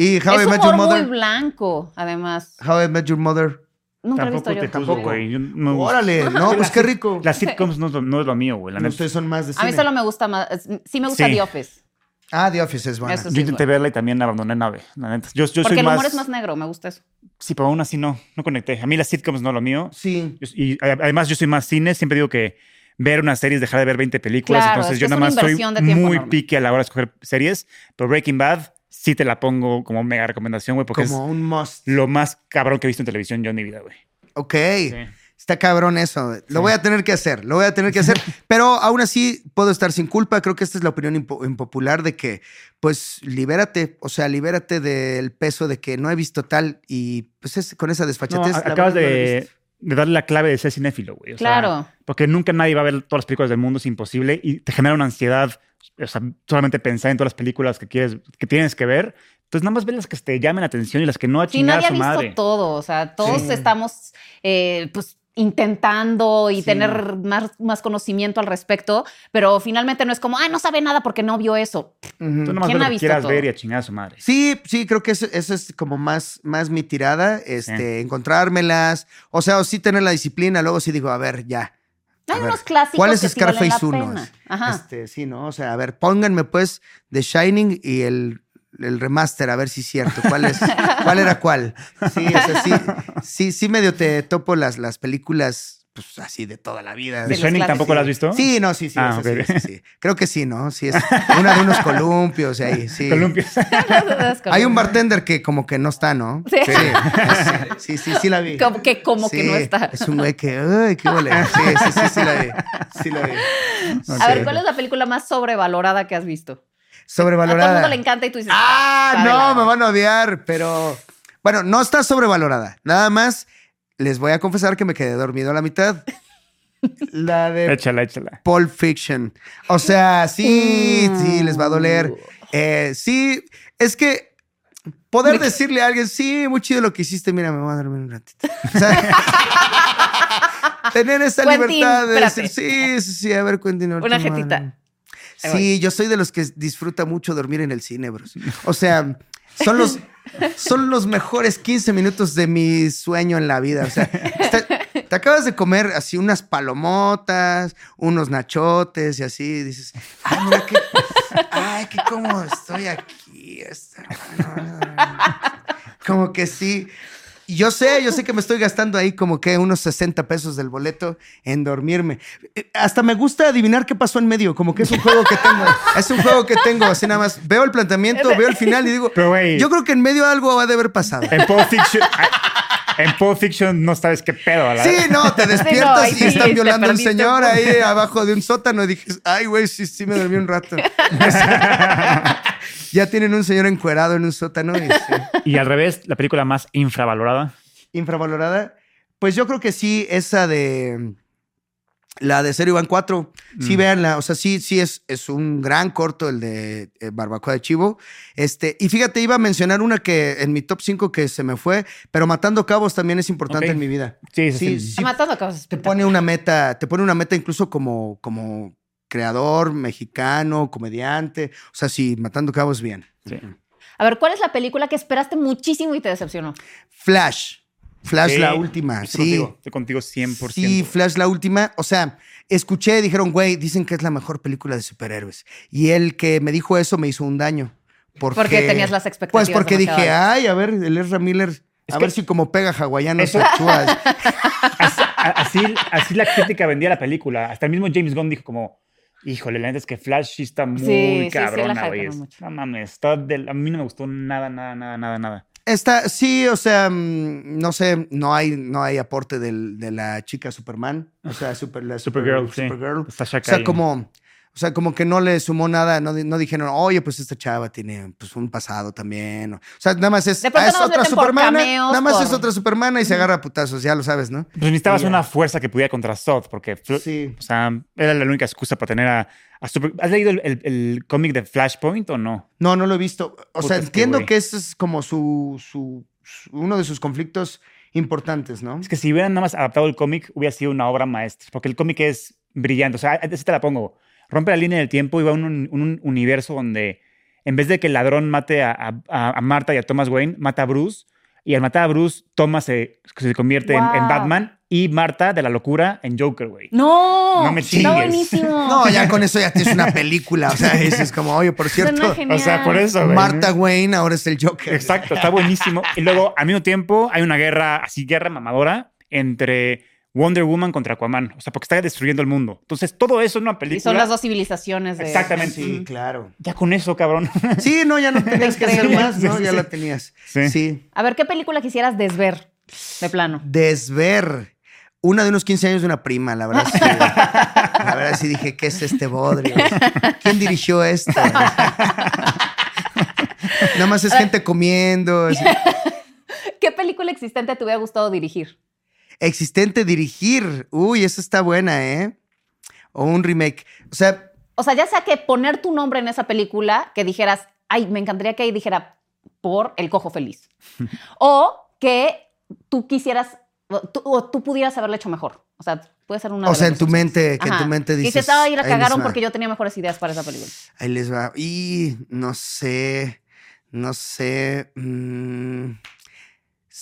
Y How
Es
I
un
Met Your
humor muy
Mother,
blanco, además.
How I Met Your Mother.
Nunca lo he visto
Tampoco
yo.
te juzgo, güey. Yo no-
[LAUGHS]
Órale, no, pues qué rico.
Las sitcoms no es lo, no es lo mío, güey. La neta.
Ustedes son más de
A mí
cine.
solo me gusta más. es- Sí, me gusta
Sí.
The Office.
Ah, The Office es buena.
Eso sí,
Yo intenté verla y también abandoné nave, la neta. Yo, yo
Porque
soy
el
más,
humor es más negro, me gusta eso.
Sí, pero aún así no, no conecté. A mí las sitcoms no es lo mío.
Sí.
Yo- Y a- además yo soy más cine, siempre digo que ver una serie es dejar de ver 20 películas,
Claro,
entonces
es que
yo
es
nada
una
más soy
inversión de tiempo
muy
enorme.
pique a la hora de escoger series, pero Breaking Bad sí te la pongo como mega recomendación, güey, porque
Como un must.
es lo más cabrón que he visto en televisión yo en mi vida, güey.
Ok. Está cabrón eso. Lo voy a tener que hacer, lo voy a tener que
[LAUGHS]
hacer. Pero aún así puedo estar sin culpa. Creo que esta es la opinión impo- impopular de que, pues, libérate. O sea, libérate del peso de que no he visto tal y, pues, es, con esa
No,
desfachatez.
a-
la verdad, no
acabas
lo he
de,
visto.
de darle la clave de ser cinéfilo, güey. o sea,
Claro.
porque nunca nadie va a ver todas las películas del mundo, es imposible, y te genera una ansiedad, o sea, solamente pensar en todas las películas que quieres, que tienes que ver. Entonces nada más ve las que te llamen la atención y las que no a
Sí,
chingar
nadie ha
a su
visto
madre.
todo. O sea, todos
Sí.
estamos eh, pues intentando y
Sí.
tener más, más conocimiento al respecto, pero finalmente no es como, ah, no sabe nada porque no vio eso.
Ujú.
Tú nada más
¿Quién
ve lo
ha
que
visto
quieras
todo?
ver y a chingar a su madre.
Sí, sí, creo que eso, eso es como más, más mi tirada, este, encontrármelas, o sea, o sí tener la disciplina, luego sí digo, a ver, ya. A
Hay
ver,
unos clásicos
¿Cuál es
que sí valen
Scarface
la
1?
pena. Ajá. [LAUGHS]
Este, sí, ¿no? O sea, a ver, pónganme pues The Shining y el, el remaster, a ver si es cierto. ¿Cuál
[LAUGHS]
es? ¿Cuál era cuál? Sí, o sea, sí, sí, sí medio te topo las, las películas, pues así de toda la vida.
¿De
los
Shining
clásicos.
tampoco la has visto?
Sí, no, sí, sí,
Ah,
esa sí,
ok.
esa sí. Creo que sí, ¿no? Sí, es una de unos columpios
[LAUGHS]
ahí, sí. [LAUGHS]
Columpios.
Hay un bartender que como que no está, ¿no?
Sí.
es- sí, sí, sí la vi.
Como que como que
Sí,
no está.
Es un güey que, ay, qué
[LAUGHS]
huele. Sí, sí, sí, sí la vi. Sí la vi.
A
Sí.
ver, ¿cuál es la película más sobrevalorada que has visto? A todo el
Sobrevalorada.
mundo le encanta y tú dices,
Ah,
está de la-
no, me van a odiar, pero bueno, no está sobrevalorada. Nada más les voy a confesar que me quedé dormido a la mitad. La
[LAUGHS]
de
échala, échala.
Pulp Fiction. O sea,
"Mm".
sí, sí, les va a doler.
Ah,
Eh, sí, es que poder decirle a alguien, sí, muy chido lo que hiciste, mira, me voy a dormir un ratito.
[LAUGHS]
O sea, tener esa
Quentin,
libertad de
espérate.
decir, sí, sí, sí, a ver, Quentin. ahorita
Una
me voy a
jetita.
dormir".
Ahí
Sí, yo soy de los que disfruta mucho dormir en el cine, bros. O sea, son los, son los mejores 15 minutos de mi sueño en la vida. O sea, está- te acabas de comer así unas palomotas, unos nachotes y así. y dices, ay, mira qué, ay, qué cómodo estoy aquí. esta- Como que sí. Y Yo sé, yo sé que me estoy gastando ahí como que unos 60 pesos del boleto en dormirme. Eh, Hasta me gusta adivinar qué pasó en medio, como que es un juego que tengo. Es un juego que tengo, así nada más. Veo el planteamiento, veo el final y digo,
Pero, güey.
yo creo que en medio algo va a de haber pasado.
[LAUGHS] En Pulp Fiction. ay, en Pulp Fiction no sabes qué pedo, ¿verdad?
Sí, no, te despiertas
ahí
y
sí,
están
te
violando a un
perdiste un
señor
poco.
ahí abajo de un sótano. Y dices, ay, güey, sí, sí me dormí
[LAUGHS]
un rato. [LAUGHS] ya tienen un señor encuerado en un sótano y sí.
Y al revés, la película más infravalorada.
infravalorada. Pues yo creo que sí, esa de la de Serio Van 4. Sí,
Mm.
véanla. O sea, sí, sí es, es un gran corto el de eh, Barbacoa de Chivo. Este, y fíjate, iba a mencionar una que en mi top 5 que se me fue, pero Matando Cabos también es importante
Ok.
en mi vida.
Sí,
Sí,
sí,
sí.
sí.
va. Matando cosas.
te pone una meta, te pone una meta incluso como, como creador mexicano, comediante. O sea, sí, matando cabos bien.
Sí.
A ver, ¿cuál es la película que esperaste muchísimo y te decepcionó?
Flash. Flash
Sí,
la última.
Estoy
Sí.
contigo, estoy contigo 100%.
Sí, Flash la última. O sea, escuché, dijeron, güey, dicen que es la mejor película de superhéroes. Y el que me dijo eso me hizo un daño. Porque,
Porque tenías las expectativas
Pues porque
demasiado
dije,
altas.
ay, a ver, el Ezra Miller,
Es
a
que-
ver si como pega hawaiano se
Eso-
actúa.
Así, a- así, así la crítica vendía la película. Hasta el mismo James Gunn dijo como, híjole, la neta es que Flash sí está muy
sí, sí, la
cabrona,
hypearon
güey. Es-
mucho.
no mames, está del- a mí no me gustó nada, nada, nada, nada, nada.
Está, sí, o sea, mm, no sé, no hay, no hay aporte del- de la chica Superman. O sea, super, la super-
Supergirl, sí.
Supergirl.
Está
O sea, como. O sea, como que no le sumó nada, no, di- no dijeron, oye, pues esta chava tiene pues, un pasado también. O sea, nada más es,
De pronto
ah, es
nos
otra
meten por
supermana.
cameos,
Nada más
por-
es otra supermana y se agarra a putazos, ya lo sabes, ¿no?
Pues necesitabas
Ya.
una fuerza que pudiera contra Zod, porque Fl-
Sí.
o sea, era la única excusa para tener a, a Super- ¿Has leído el, el- el cómic de Flashpoint o no?
No, no lo he visto. O
Puta,
sea,
es que,
entiendo
güey.
que ese es como su, su, su- uno de sus conflictos importantes, ¿no?
Es que si hubieran nada más adaptado el cómic, hubiera sido una obra maestra, porque el cómic es brillante. O sea, así te la pongo. Rompe la línea del tiempo y va a un, un- un universo donde en vez de que el ladrón mate a, a- a- a Marta y a Thomas Wayne, mata a Bruce. Y al matar a Bruce, Thomas se, se convierte en- en,
Wow.
Batman y Marta, de la locura, en Joker,
"Ah,
güey.
No,
No me
Está
chingues.
buenísimo.
[LAUGHS] No, ya con eso ya tienes una película. O [LAUGHS] sea, dices como, oye, por
Suena
cierto,
genial.
eso,
Marta Wayne ahora es el Joker.
Exacto, está buenísimo. Y luego, al mismo tiempo, hay una guerra, así guerra mamadora, entre Wonder Woman contra Aquaman. O sea, porque está destruyendo el mundo. Entonces, todo eso en una película.
Y son las dos civilizaciones de.
Exactamente.
Sí, claro.
Ya con eso, cabrón.
Sí, no, ya no tenías que hacer más, ¿no?
Sí,
Ya [LAUGHS]
sí.
la tenías.
Sí.
Sí.
A ver, ¿qué película quisieras desver? De plano.
Desver. Una de unos 15 años de una prima, la verdad. Sí. La verdad sí dije, ¿qué es este bodrio? ¿Quién dirigió esto? Nada más es gente comiendo. así.
¿Qué película existente te hubiera gustado dirigir?
Existente dirigir. Uy, esa está buena, ¿eh? O un remake. O sea,
O sea, ya sea que poner tu nombre en esa película, que dijeras, ay, me encantaría que ahí dijera por El Cojo
[LAUGHS]
Feliz. o que tú quisieras, o tú, o tú pudieras haberle hecho mejor. O sea, puede ser una.
o
de
sea,
las
en tu
dos
mente,
opciones.
que en tu
Ajá.
mente dices.
Dices, ay, la
"Ahí les
cagaron
va,
porque yo tenía mejores ideas para esa película.
Ahí les va. Y no sé, no sé. mm,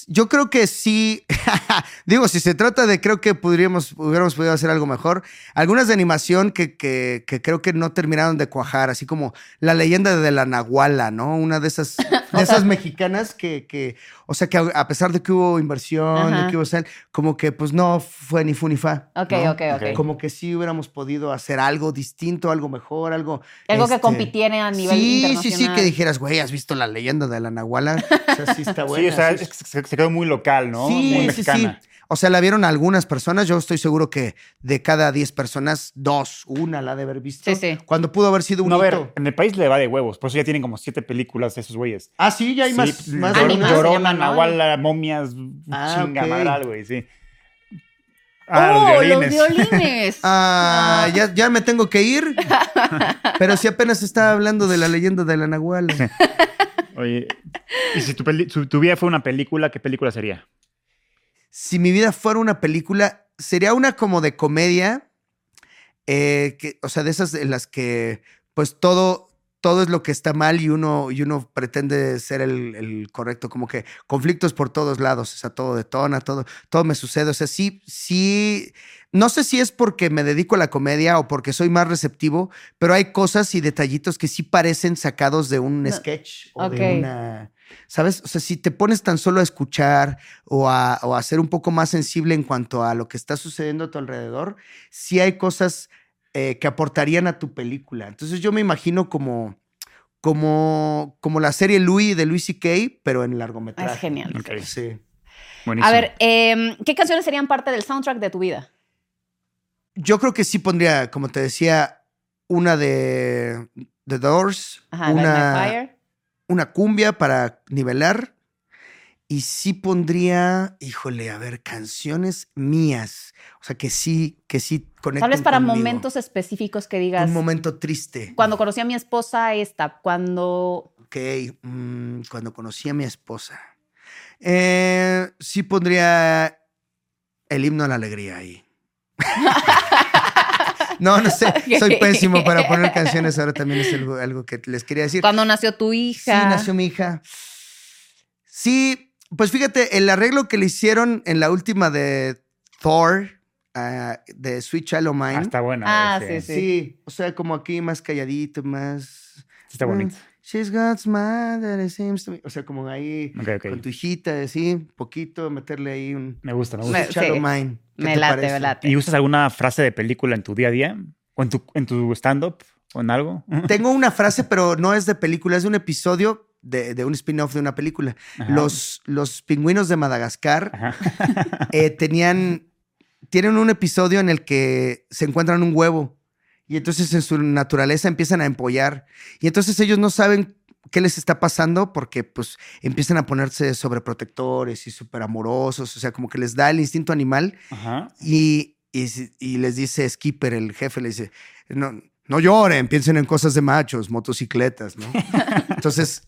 yo creo que sí. [LAUGHS] Digo, si se trata de, creo que podríamos, hubiéramos podido hacer algo mejor. Algunas de animación que, que- que creo que no terminaron de cuajar, así como la leyenda de la Nahuala, ¿no? Una
[LAUGHS]
de esas, de esas mexicanas que, que, o sea, que a- a pesar de que hubo inversión, de
Ajá.
que hubo sal, como que pues no fue ni fu ni fa.
Ok,
¿no?
ok,
Ok.
ok.
Como que sí hubiéramos podido hacer algo distinto, algo mejor, algo.
Algo que
este,
compitiera a nivel
Sí, sí,
internacional.
sí, que dijeras, güey, ¿has visto la leyenda de la Nahuala? O sea, sí
[LAUGHS]
está buena.
Sí, o sea,
sí
es que se, se quedó muy local, ¿no? muy
Sí, sí, sí.
mexicana.
O sea, la vieron algunas personas. Yo estoy seguro que de cada 10 personas, dos, una la ha de haber visto.
Sí, sí.
Cuando pudo haber sido un
No, a
hito.
ver, en el país le va de huevos. Por eso ya tienen como siete películas de esos güeyes.
Ah, sí, ya hay
Sí, pues,
más. más de
Llor-
Animal
una.
se
Llorona,
llama, ¿no?
Nahuala, momias,
Ah,
chingamaral,
ok.
güey, sí. Ah,
¡Oh, los [LAUGHS] violines!
[LAUGHS] Ah, ya, ya me tengo
[LAUGHS]
que ir. Pero si apenas estaba hablando de la leyenda de la Nahuala.
Oye, y si tu, peli- su- tu vida fue una película, ¿qué película sería?
si mi vida fuera una película, sería una como de comedia, eh, que, o sea, de esas en las que pues todo, todo es lo que está mal y uno, y uno pretende ser el, el correcto, como que conflictos por todos lados, o sea, todo detona, todo, todo me sucede, o sea, sí, sí, no sé si es porque me dedico a la comedia o porque soy más receptivo, pero hay cosas y detallitos que sí parecen sacados de un
No.
sketch o
Ok.
de una... ¿Sabes? O sea, si te pones tan solo a escuchar o a, o a ser un poco más sensible en cuanto a lo que está sucediendo a tu alrededor, sí hay cosas eh, que aportarían a tu película. Entonces yo me imagino como, como, como la serie Louis de Louis C.K., pero en largometraje.
es genial.
Ok,
Sí.
buenísimo.
A ver, em, ¿qué canciones serían parte del soundtrack de tu vida?
Yo creo que sí pondría, como te decía, una de The Doors,
Ajá, Light My
una,
Fire.
una cumbia para nivelar. Y sí pondría, híjole, a ver, canciones mías. O sea, que sí, que sí conecten
Tal vez para
conmigo.
momentos específicos que digas.
Un momento triste.
Cuando conocí a mi esposa, esta, cuando.
Ok, mm, cuando conocí a mi esposa. Eh, sí pondría el himno a la alegría ahí. [LAUGHS] no, no sé. Soy
Ok.
pésimo para poner canciones. Ahora también es algo, algo que les quería decir.
Cuando nació tu
Sí,
hija.
nació mi hija. Sí, pues fíjate, el arreglo que le hicieron en la última de Thor, ah, de Sweet Child O'
Ah,
Mine.
está buena.
Ah,
güey,
sí,
sí. o sea, como aquí más calladito, más...
Está bonito.
She's got smile that it seems to me. O sea, como ahí
Ok, Ah, ok.
con tu hijita, así, poquito, meterle ahí un.
Me gusta, me
un
gusta.
Me-
Shallow
sí.
Mind. ¿Qué
Me
te
late,
parece?
me late.
¿Y usas alguna frase de película en tu día a día? ¿O en tu, en tu stand-up? ¿O en algo?
Tengo una frase, pero no es de película, es de un episodio de, de un spin-off de una película.
Ajá.
Los, los pingüinos de Madagascar
Ajá.
eh, tenían, tienen un episodio en el que se encuentran un huevo y entonces en su naturaleza empiezan a empollar y entonces ellos no saben qué les está pasando porque pues empiezan a ponerse sobreprotectores y súper amorosos, o sea, como que les da el instinto animal
Ajá.
y, y si- y les dice Skipper, el jefe, le dice, no, no lloren, piensen en cosas de machos, motocicletas, ¿no? Entonces,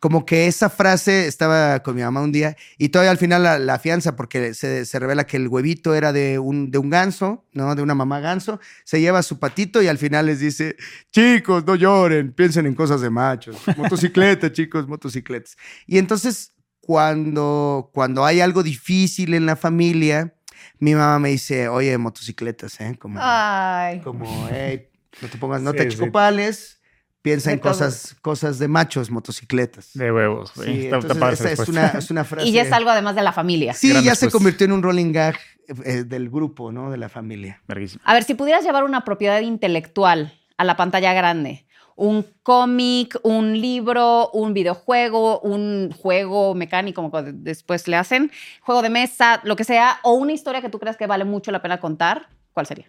como que esa frase estaba con mi mamá un día y todavía al final la, la fianza porque se, se revela que el huevito era de un, de un ganso, ¿no? De una mamá ganso, se lleva su patito y al final les dice, chicos, no lloren, piensen en cosas de machos, motocicletas, chicos, motocicletas. Y entonces, cuando, cuando hay algo difícil en la familia, mi mamá me dice, oye, motocicletas, ¿eh? Como,
Ah, Ay.
como, hey, no te pongas, no
Sí,
te
sí.
achicopales, piensa
De
en cosas, cosas de machos, motocicletas.
De huevos.
Sí,
güey. Está- está
entonces,
padre
esa
esa
es una,
respuesta.
es una
[LAUGHS]
frase.
Y ya es algo además de la familia.
Sí,
Gran
ya se
respuesta.
convirtió en un rolling gag eh, del grupo, ¿no? De la familia.
[LAUGHS] Verguísima.
A ver, si pudieras llevar una propiedad intelectual a la pantalla grande, un cómic, un libro, un videojuego, un juego mecánico, como que después le hacen, juego de mesa, lo que sea, o una historia que tú creas que vale mucho la pena contar, ¿cuál sería?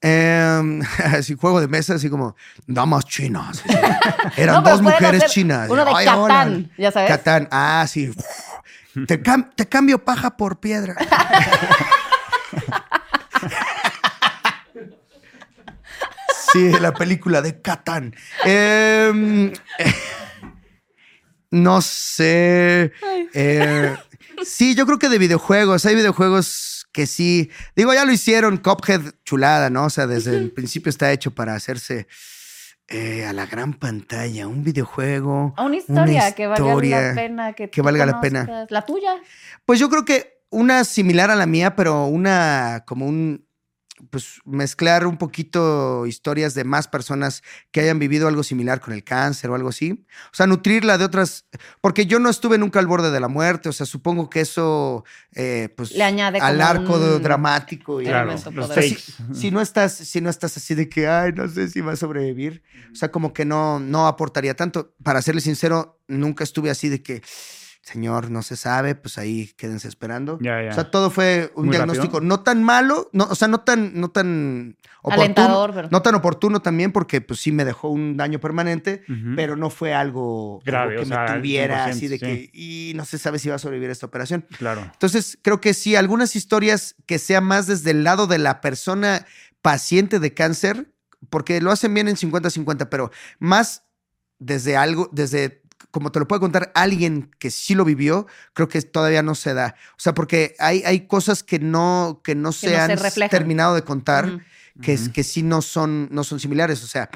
Em, [LAUGHS] así, juego de mesa, así como damas chinas.
[LAUGHS]
así. Eran
No, pero
dos
pueden
mujeres
hacer
chinas.
Uno de
Ay, hola.
Catán, ya sabes.
Catán, ah, sí. Te, cam- te cambio paja
[LAUGHS]
por piedra. Sí, la película de Catán. Em, eh, no sé. Eh, sí, yo creo que de videojuegos. Hay videojuegos que sí. Digo, ya lo hicieron. Cophead, chulada, ¿no? O sea, desde el principio está hecho para hacerse eh, a la gran pantalla. Un videojuego.
Una historia que valga
historia
la pena. Que,
que
tú
valga la pena.
conozcas. La tuya.
Pues yo creo que una similar a la mía, pero una como un pues mezclar un poquito historias de más personas que hayan vivido algo similar con el cáncer o algo así. O sea, nutrirla de otras, porque yo no estuve nunca al borde de la muerte, o sea, supongo que eso eh, pues
Le añade
al
como
arco de-
un-
dramático. y-
Claro.
elemento
Los
poderoso.
fakes.
si no estás, si no estás así de que, ay, no sé si va a sobrevivir. O sea, como que no, no aportaría tanto. Para serle sincero, nunca estuve así de que, señor, no se sabe, pues ahí quédense esperando.
Ya, ya.
O sea, todo fue un
Muy
diagnóstico
rápido.
no tan malo, no, o sea, no tan, no tan oportuno.
Alentador, pero-
No tan oportuno también, porque pues sí me dejó un daño permanente,
Ujú.
pero no fue algo, algo
Grave,
que
o
me
sea, al
tuviera así
100%,
de que, y no se sabe si va a sobrevivir a esta operación.
Claro.
Entonces, creo que sí, algunas historias que sea más desde el lado de la persona paciente de cáncer, porque lo hacen bien en 50-50, pero más desde algo, desde como te lo puede contar alguien que sí lo vivió, creo que todavía no se da. O sea, porque hay, hay cosas que no, que no se
no se
han
reflejan.
terminado de contar
Ujú.
que, es-
Ujú.
que sí no son, no son similares. O sea,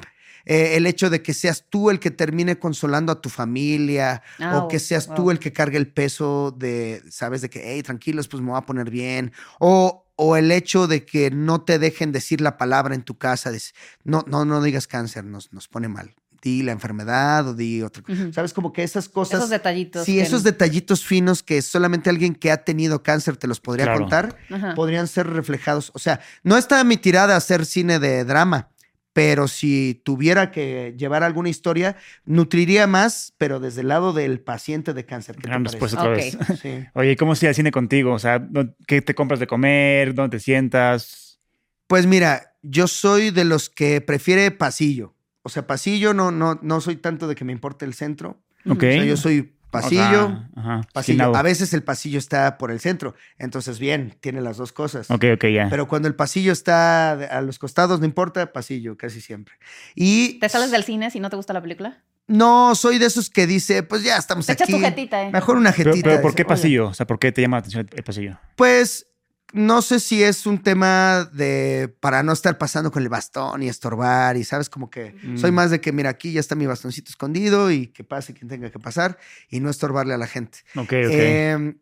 eh, el hecho de que seas tú el que termine consolando a tu familia
Ah,
o que seas
wow.
tú el que cargue el peso de, sabes, de que, hey, tranquilos, pues me voy a poner bien. O, o el hecho de que no te dejen decir la palabra en tu casa, de, no, no, no digas cáncer, nos, nos pone mal. Di la enfermedad o di otra cosa.
Ujú.
Sabes, como que esas cosas.
Esos detallitos.
Sí,
que-
esos detallitos finos que solamente alguien que ha tenido cáncer te los podría
Claro.
contar
Ajá.
podrían ser reflejados. O sea, no está mi tirada a hacer cine de drama, pero si tuviera que llevar alguna historia, nutriría más, pero desde el lado del paciente de cáncer. ¿Qué te
Gran
parece?
respuesta
Ok.
otra vez.
Sí.
Oye, ¿y ¿cómo se al cine contigo? O sea, ¿dó- ¿qué te compras de comer? ¿Dónde te sientas?
Pues mira, yo soy de los que prefiere pasillo. O sea, pasillo no, no, no soy tanto de que me importe el centro.
Ujú.
Ok.
O sea, yo soy pasillo.
¿Eh? O sea, ajá,
Pasillo.
esquinado.
A veces el pasillo está por el centro, entonces bien, tiene las dos cosas.
Ok, ok, ya.
Pero cuando el pasillo está de- a los costados, no importa, pasillo, casi siempre. Y
¿Te sales del cine si no te gusta la película?
No, soy de esos que dice, pues ya estamos
Te echas
aquí.
tu jetita, ¿eh?
Mejor una
Pero,
jetita.
pero ¿por
dice.
qué
oye.
pasillo? O sea, ¿por qué te llama la atención el pasillo?
Pues no sé si es un tema de para no estar pasando con el bastón y estorbar y sabes como que soy
Mm.
más de que mira aquí ya está mi bastoncito escondido y que pase quien tenga que pasar y no estorbarle a la gente.
Ok, ok.
Eh,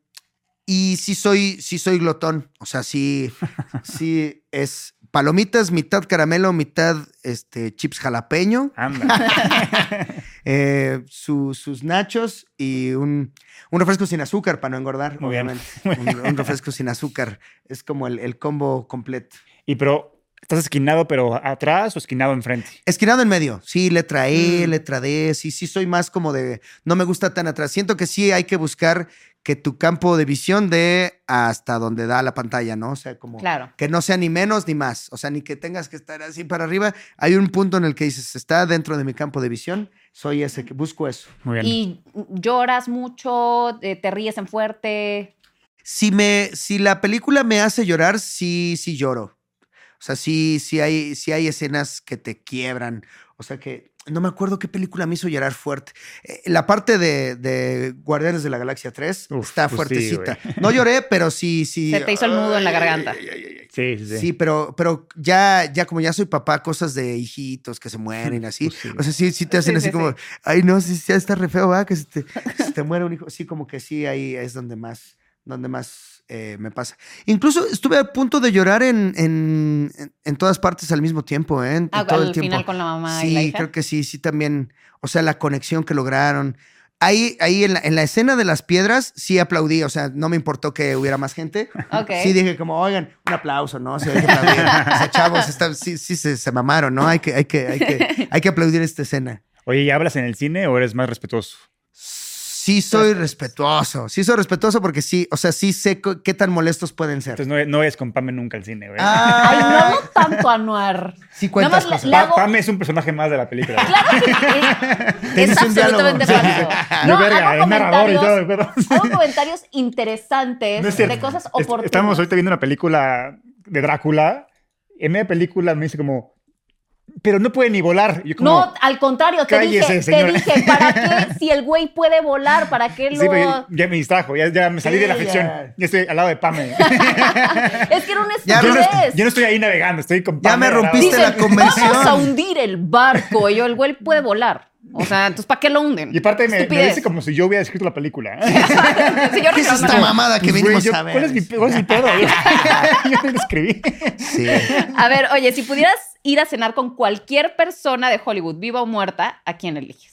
y sí soy, sí soy glotón. O sea,
[LAUGHS]
sí, sí es palomitas, mitad caramelo, mitad este, chips jalapeño,
Anda. [LAUGHS]
eh, su- sus nachos y un, un refresco sin azúcar para no engordar,
Muy bien.
obviamente. Un, un refresco sin azúcar. Es como el, el combo completo.
y pero ¿Estás esquinado pero atrás o esquinado enfrente?
Esquinado en medio, sí, letra E,
Mm.
letra D, sí, sí, soy más como de, no me gusta tan atrás. Siento que sí hay que buscar que tu campo de visión dé hasta donde da la pantalla, ¿no? O sea, como
Claro.
que no sea ni menos ni más, o sea, ni que tengas que estar así para arriba. Hay un punto en el que dices, está dentro de mi campo de visión, soy ese que busco eso.
Muy bien.
Y lloras mucho, eh, te ríes en fuerte.
Si me, si la película me hace llorar, sí, sí lloro. O sea, sí, sí hay, sí hay escenas que te quiebran. O sea que no me acuerdo qué película me hizo llorar fuerte. Eh, la parte de, de Guardianes de la Galaxia 3
Uf,
está
pues sí,
fuertecita. no lloré, pero sí, sí.
Se te hizo el nudo en la garganta.
Sí, sí, sí.
Sí, pero, pero ya, ya como ya soy papá, cosas de hijitos que se mueren y así.
Pues sí.
O sea, sí, sí te hacen
Sí,
así
sí,
como,
sí.
ay, no, sí, sí, está re feo, ¿verdad? Que se te, se
[LAUGHS]
te muere un hijo. Sí, como que sí, ahí es donde más, donde más eh, me pasa. Incluso estuve a punto de llorar en, en, en- en todas partes al mismo tiempo, ¿eh? En, en
Ah,
todo el
al
tiempo.
final con la mamá y la
Sí,
hija.
creo que sí, sí también. O sea, la conexión que lograron. Ahí, ahí en, la, en la escena de las piedras sí aplaudí, o sea, no me importó que hubiera más gente.
Ok.
Sí dije como, oigan, un aplauso, ¿no? Sí, hay que aplaudir. O sea, chavos, está- sí, sí se, se mamaron, ¿no? Hay que, hay, que,
[LAUGHS]
hay, que, hay que aplaudir esta escena.
Oye, ¿y hablas en el cine o eres más respetuoso?
Sí soy respetuoso, sí soy respetuoso porque sí, o sea, sí sé co- qué tan molestos pueden ser.
Entonces no, no es con Pame nunca al cine, güey.
Ay, no,
Ah,
no tanto anuar.
sí cuentas
Nada más
cosas.
le- le hago-
Pame es un personaje más de la película. güey.
Es,
[LAUGHS] Te
es
dice un diálogo.
absolutamente falso.
Yo,
No,
verga,
hago
es narrador y
comentarios-
todo, pero-
Hago comentarios interesantes
No es cierto.
de cosas
Est-
oportunas.
Estamos ahorita viendo una película de Drácula. En media película me dice como, pero no puede ni volar. Y Yo como,
No, al contrario, te
Cállese,
dije, te
señora.
dije, ¿para qué?
[LAUGHS]
Si el güey puede volar, ¿para qué lo...?
sí, pero ya, ya me distrajo, ya, ya me salí
Sí,
de la
ya.
ficción. Ya estoy al lado de Pame. [LAUGHS]
Es que era un
Ya
yo, no,
estupidez.
yo no estoy ahí navegando, estoy con
Ya
Pame
me
al lado.
rompiste la convención.
Vamos a hundir el barco. Y yo, el güey puede volar. O sea, entonces, ¿para qué lo hunden?
Y aparte me, me
Estupidez.
dice como si yo hubiera escrito la película. ¿eh?
Sí, yo
¿Qué es
reclamando.
esta mamada que
Pues, güey,
venimos
yo-
a ver?
¿Cuál es mi, cuál es
[LAUGHS]
mi pedo? [LAUGHS] Yo, yo no lo escribí.
Sí.
A ver, oye, si pudieras ir a cenar con cualquier persona de Hollywood, viva o muerta, ¿a quién eliges?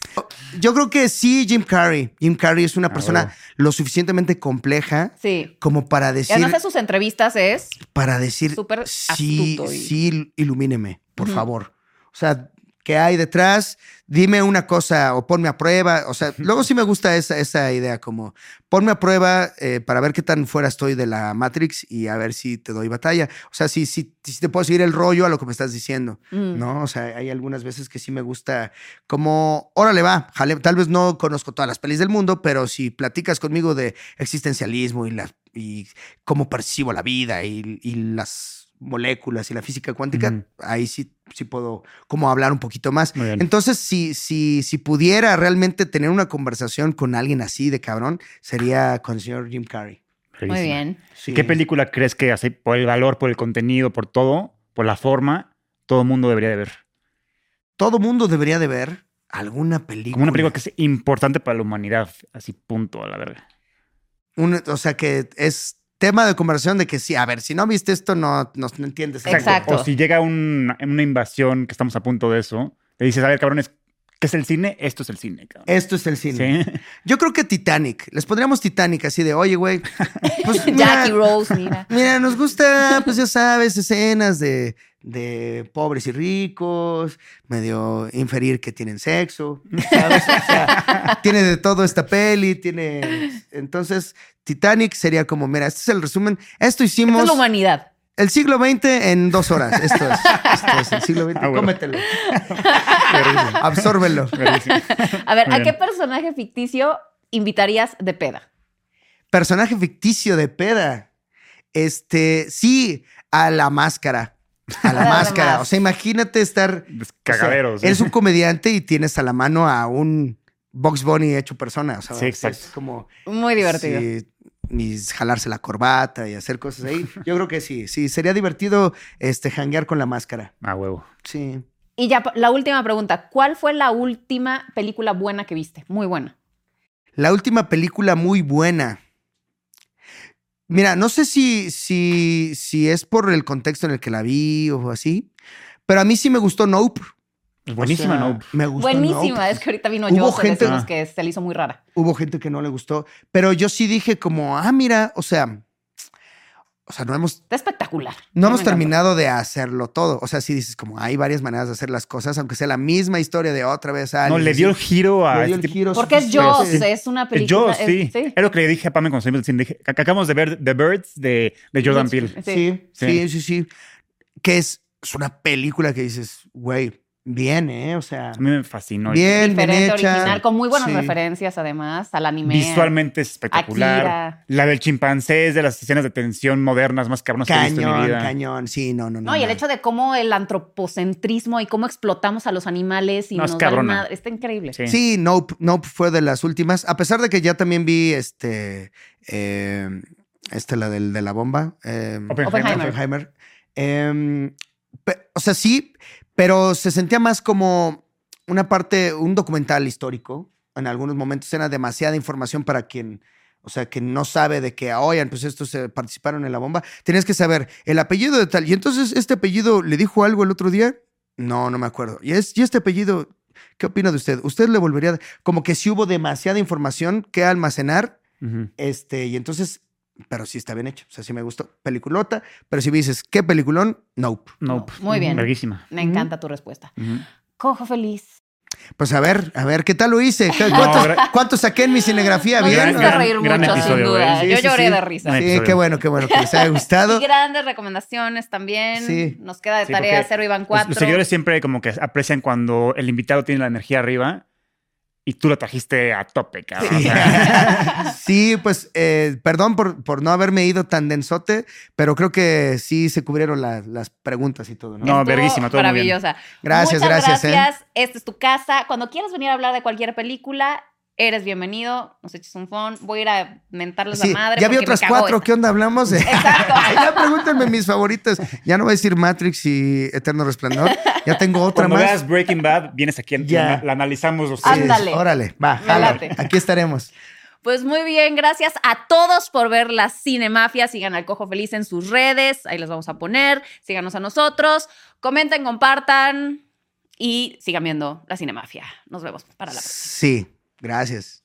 Yo creo que sí, Jim Carrey. Jim Carrey es una
Ah,
persona
bueno.
lo suficientemente compleja
Sí.
como para
Y
decir,
además de sus entrevistas es...
para decir,
Súper
sí,
astuto y-
sí, ilumíneme, por
Ujú.
favor. O sea, ¿qué hay detrás? Dime una cosa o ponme a prueba. O sea, luego sí me gusta esa, esa idea, como ponme a prueba eh, para ver qué tan fuera estoy de la Matrix y a ver si te doy batalla. O sea, si, si, si te puedo seguir el rollo a lo que me estás diciendo.
mm,
¿no? O sea, hay algunas veces que sí me gusta como, órale, va, jale. tal vez no conozco todas las pelis del mundo, pero si platicas conmigo de existencialismo y, la, y cómo percibo la vida y, y las moléculas y la física cuántica,
Ujú.
ahí sí, sí puedo como hablar un poquito más.
Muy bien.
Entonces, si, si, si pudiera realmente tener una conversación con alguien así de cabrón, sería con el señor Jim Carrey.
Muy bien.
Sí.
¿Qué película crees que así, por el valor, por el contenido, por todo, por la forma, todo el mundo debería de ver?
Todo mundo debería de ver alguna película.
Como una película que es importante para la humanidad, así punto, a la verga.
un- o sea, que es tema de conversación de que sí, a ver, si no viste esto, no, no, no entiendes.
Exacto.
O si llega un- una invasión, que estamos a punto de eso, le dices, a ver, cabrones, ¿qué es el cine? Esto es el cine, cabrón.
Esto es el cine.
Sí. [LAUGHS]
Yo creo que Titanic. Les pondríamos Titanic así de, oye, güey.
[LAUGHS]
Pues, mira,
Jackie Rose, mira.
mira, nos gusta, pues ya sabes, escenas de, de pobres y ricos, medio inferir que tienen sexo. ¿sabes? O
[LAUGHS]
sea, tiene de todo esta peli, tiene. Entonces, Titanic sería como, mira, este es el resumen. Esto
Esta
hicimos.
es la humanidad.
El siglo XX en dos horas. Esto es. Esto es el siglo XX.
Ah, bueno. [LAUGHS]
Cómetelo.
Verguísima,
Absórbelo.
verguísima.
A ver,
Muy
¿a qué
bien.
personaje ficticio invitarías de peda?
Personaje ficticio de peda. Este, sí, a la máscara. [LAUGHS] A la
Nada
máscara.
más.
O sea, imagínate estar. o sea,
pues, Cagaderos. ¿eh?
eres un comediante y tienes a la mano a un Box Bunny hecho persona. O sea,
Sí, exacto.
es como.
Muy divertido.
sí, y jalarse la corbata y hacer cosas ahí. Yo creo que sí, sí. Sería divertido este, janguear con la máscara.
Ah, huevo.
Sí.
Y ya pa- la última pregunta, ¿cuál fue la última película buena que viste? Muy buena.
La última película muy buena. Mira, no sé si, si, si es por el contexto en el que la vi o así, pero a mí sí me gustó Nope.
Es
O
buenísima,
sea,
¿no?
Me gustó
Buenísima,
Nope.
es que ahorita vino
Hubo
yo de
gente-
decirnos que se le hizo muy rara.
Hubo gente que no le gustó, pero yo sí dije como, ah, mira, o sea, o sea, no hemos,
Está espectacular.
no hemos
Me encantó.
terminado de hacerlo todo. O sea, sí dices como hay varias maneras de hacer las cosas, aunque sea la misma historia de otra vez.
No,
Alice,
le dio el giro a.
le dio
este
el
tipo-
giro
Porque es
suficiente.
Jaws,
sí.
es una
Yo,
película. eh, es-
sí. Es lo que le dije a Pam cuando salimos del cine. Le dije, "Ac- acabamos de ver The Birds de, de Jordan Peele.
Sí.
Sí, sí,
Sí.
sí, sí. Que es, es una película que dices, güey, bien, ¿eh? O sea,
A mí me fascinó.
bien, bien
Diferente,
hecha.
original, con muy buenas
Sí.
referencias además al anime.
Visualmente espectacular.
Akira.
La del chimpancé es de las escenas de tensión modernas más cabronas que he visto en mi
Cañón,
vida.
cañón. Sí, no, no, no.
No, y el
no.
hecho de cómo el antropocentrismo y cómo explotamos a los animales y
No, es
nos vale
cabrona.
madre. Está increíble.
Sí.
Sí, Nope, Nope fue de las últimas. A pesar de que ya también vi este. eh, esta, la del, de la bomba. eh,
Oppenheimer.
Oppenheimer. Eh, pe- o sea, sí, pero se sentía más como una parte, un documental histórico. En algunos momentos era demasiada información para quien. O sea, que no sabe de que, oigan, pues estos se participaron en la bomba. Tenías que saber el apellido de tal. Y entonces, ¿este apellido le dijo algo el otro día? No, no me acuerdo. Y, es, y este apellido, ¿qué opina de usted? ¿Usted le volvería? a- Como que si hubo demasiada información que almacenar
Ujú.
este, y entonces, pero sí está bien hecho. O sea, sí me gustó. Peliculota, pero si me dices, ¿qué peliculón? Nope.
Nope.
Muy bien.
Verguísima.
Me encanta tu respuesta. [LAUGHS]
Ujú.
Cojo feliz.
Pues a ver, a ver, ¿qué tal lo hice? ¿Qué-
No,
¿Cuántos,
gra-
cuántos saqué en mi cinegrafía?
Nos
Bien.
hiciste
gran-
reír
gran
mucho, sin
episodio, ¿eh?
duda.
güey.
Yo
Sí, sí,
lloré
sí.
de risa.
Gran
Sí,
episodio.
qué bueno, qué bueno que les haya gustado.
[LAUGHS] Y grandes recomendaciones también.
Sí.
Nos queda de
Sí,
tarea
porque
cero Iván
Los,
4.
los seguidores siempre como que aprecian cuando el invitado tiene la energía arriba y tú la trajiste a tope, cabrón.
[LAUGHS]
O sea,
Sí, [LAUGHS] pues eh, perdón por, por no haberme ido tan densote, pero creo que sí se cubrieron la- las preguntas y todo, ¿no?
No. verguísima, todo muy bien.
Maravillosa.
Gracias,
Muchas
gracias, ¿eh?
Esta es tu casa. Cuando quieras venir a hablar de cualquier película, eres bienvenido. Nos eches un phone. Voy a ir a mentarles
Sí,
la madre.
ya vi
porque me
otras
cagó
cuatro,
esta.
¿qué onda
[LAUGHS]
hablamos? [LAUGHS]
Exacto.
ya pregúntenme mis favoritas. Ya no voy a decir Matrix y Eterno Resplandor. Ya tengo otra
cuando
más.
veas Breaking Bad, vienes aquí,
Ya.
la, la analizamos los
Sí,
tres.
Ándale.
Órale, va,
Me
jala.
late.
Aquí estaremos.
Pues muy bien, gracias a todos por ver la Cinemafia. Sigan al Cojo Feliz en sus redes, ahí los vamos a poner. Síganos a nosotros, comenten, compartan y sigan viendo la Cinemafia. Nos vemos para la próxima.
Sí, gracias.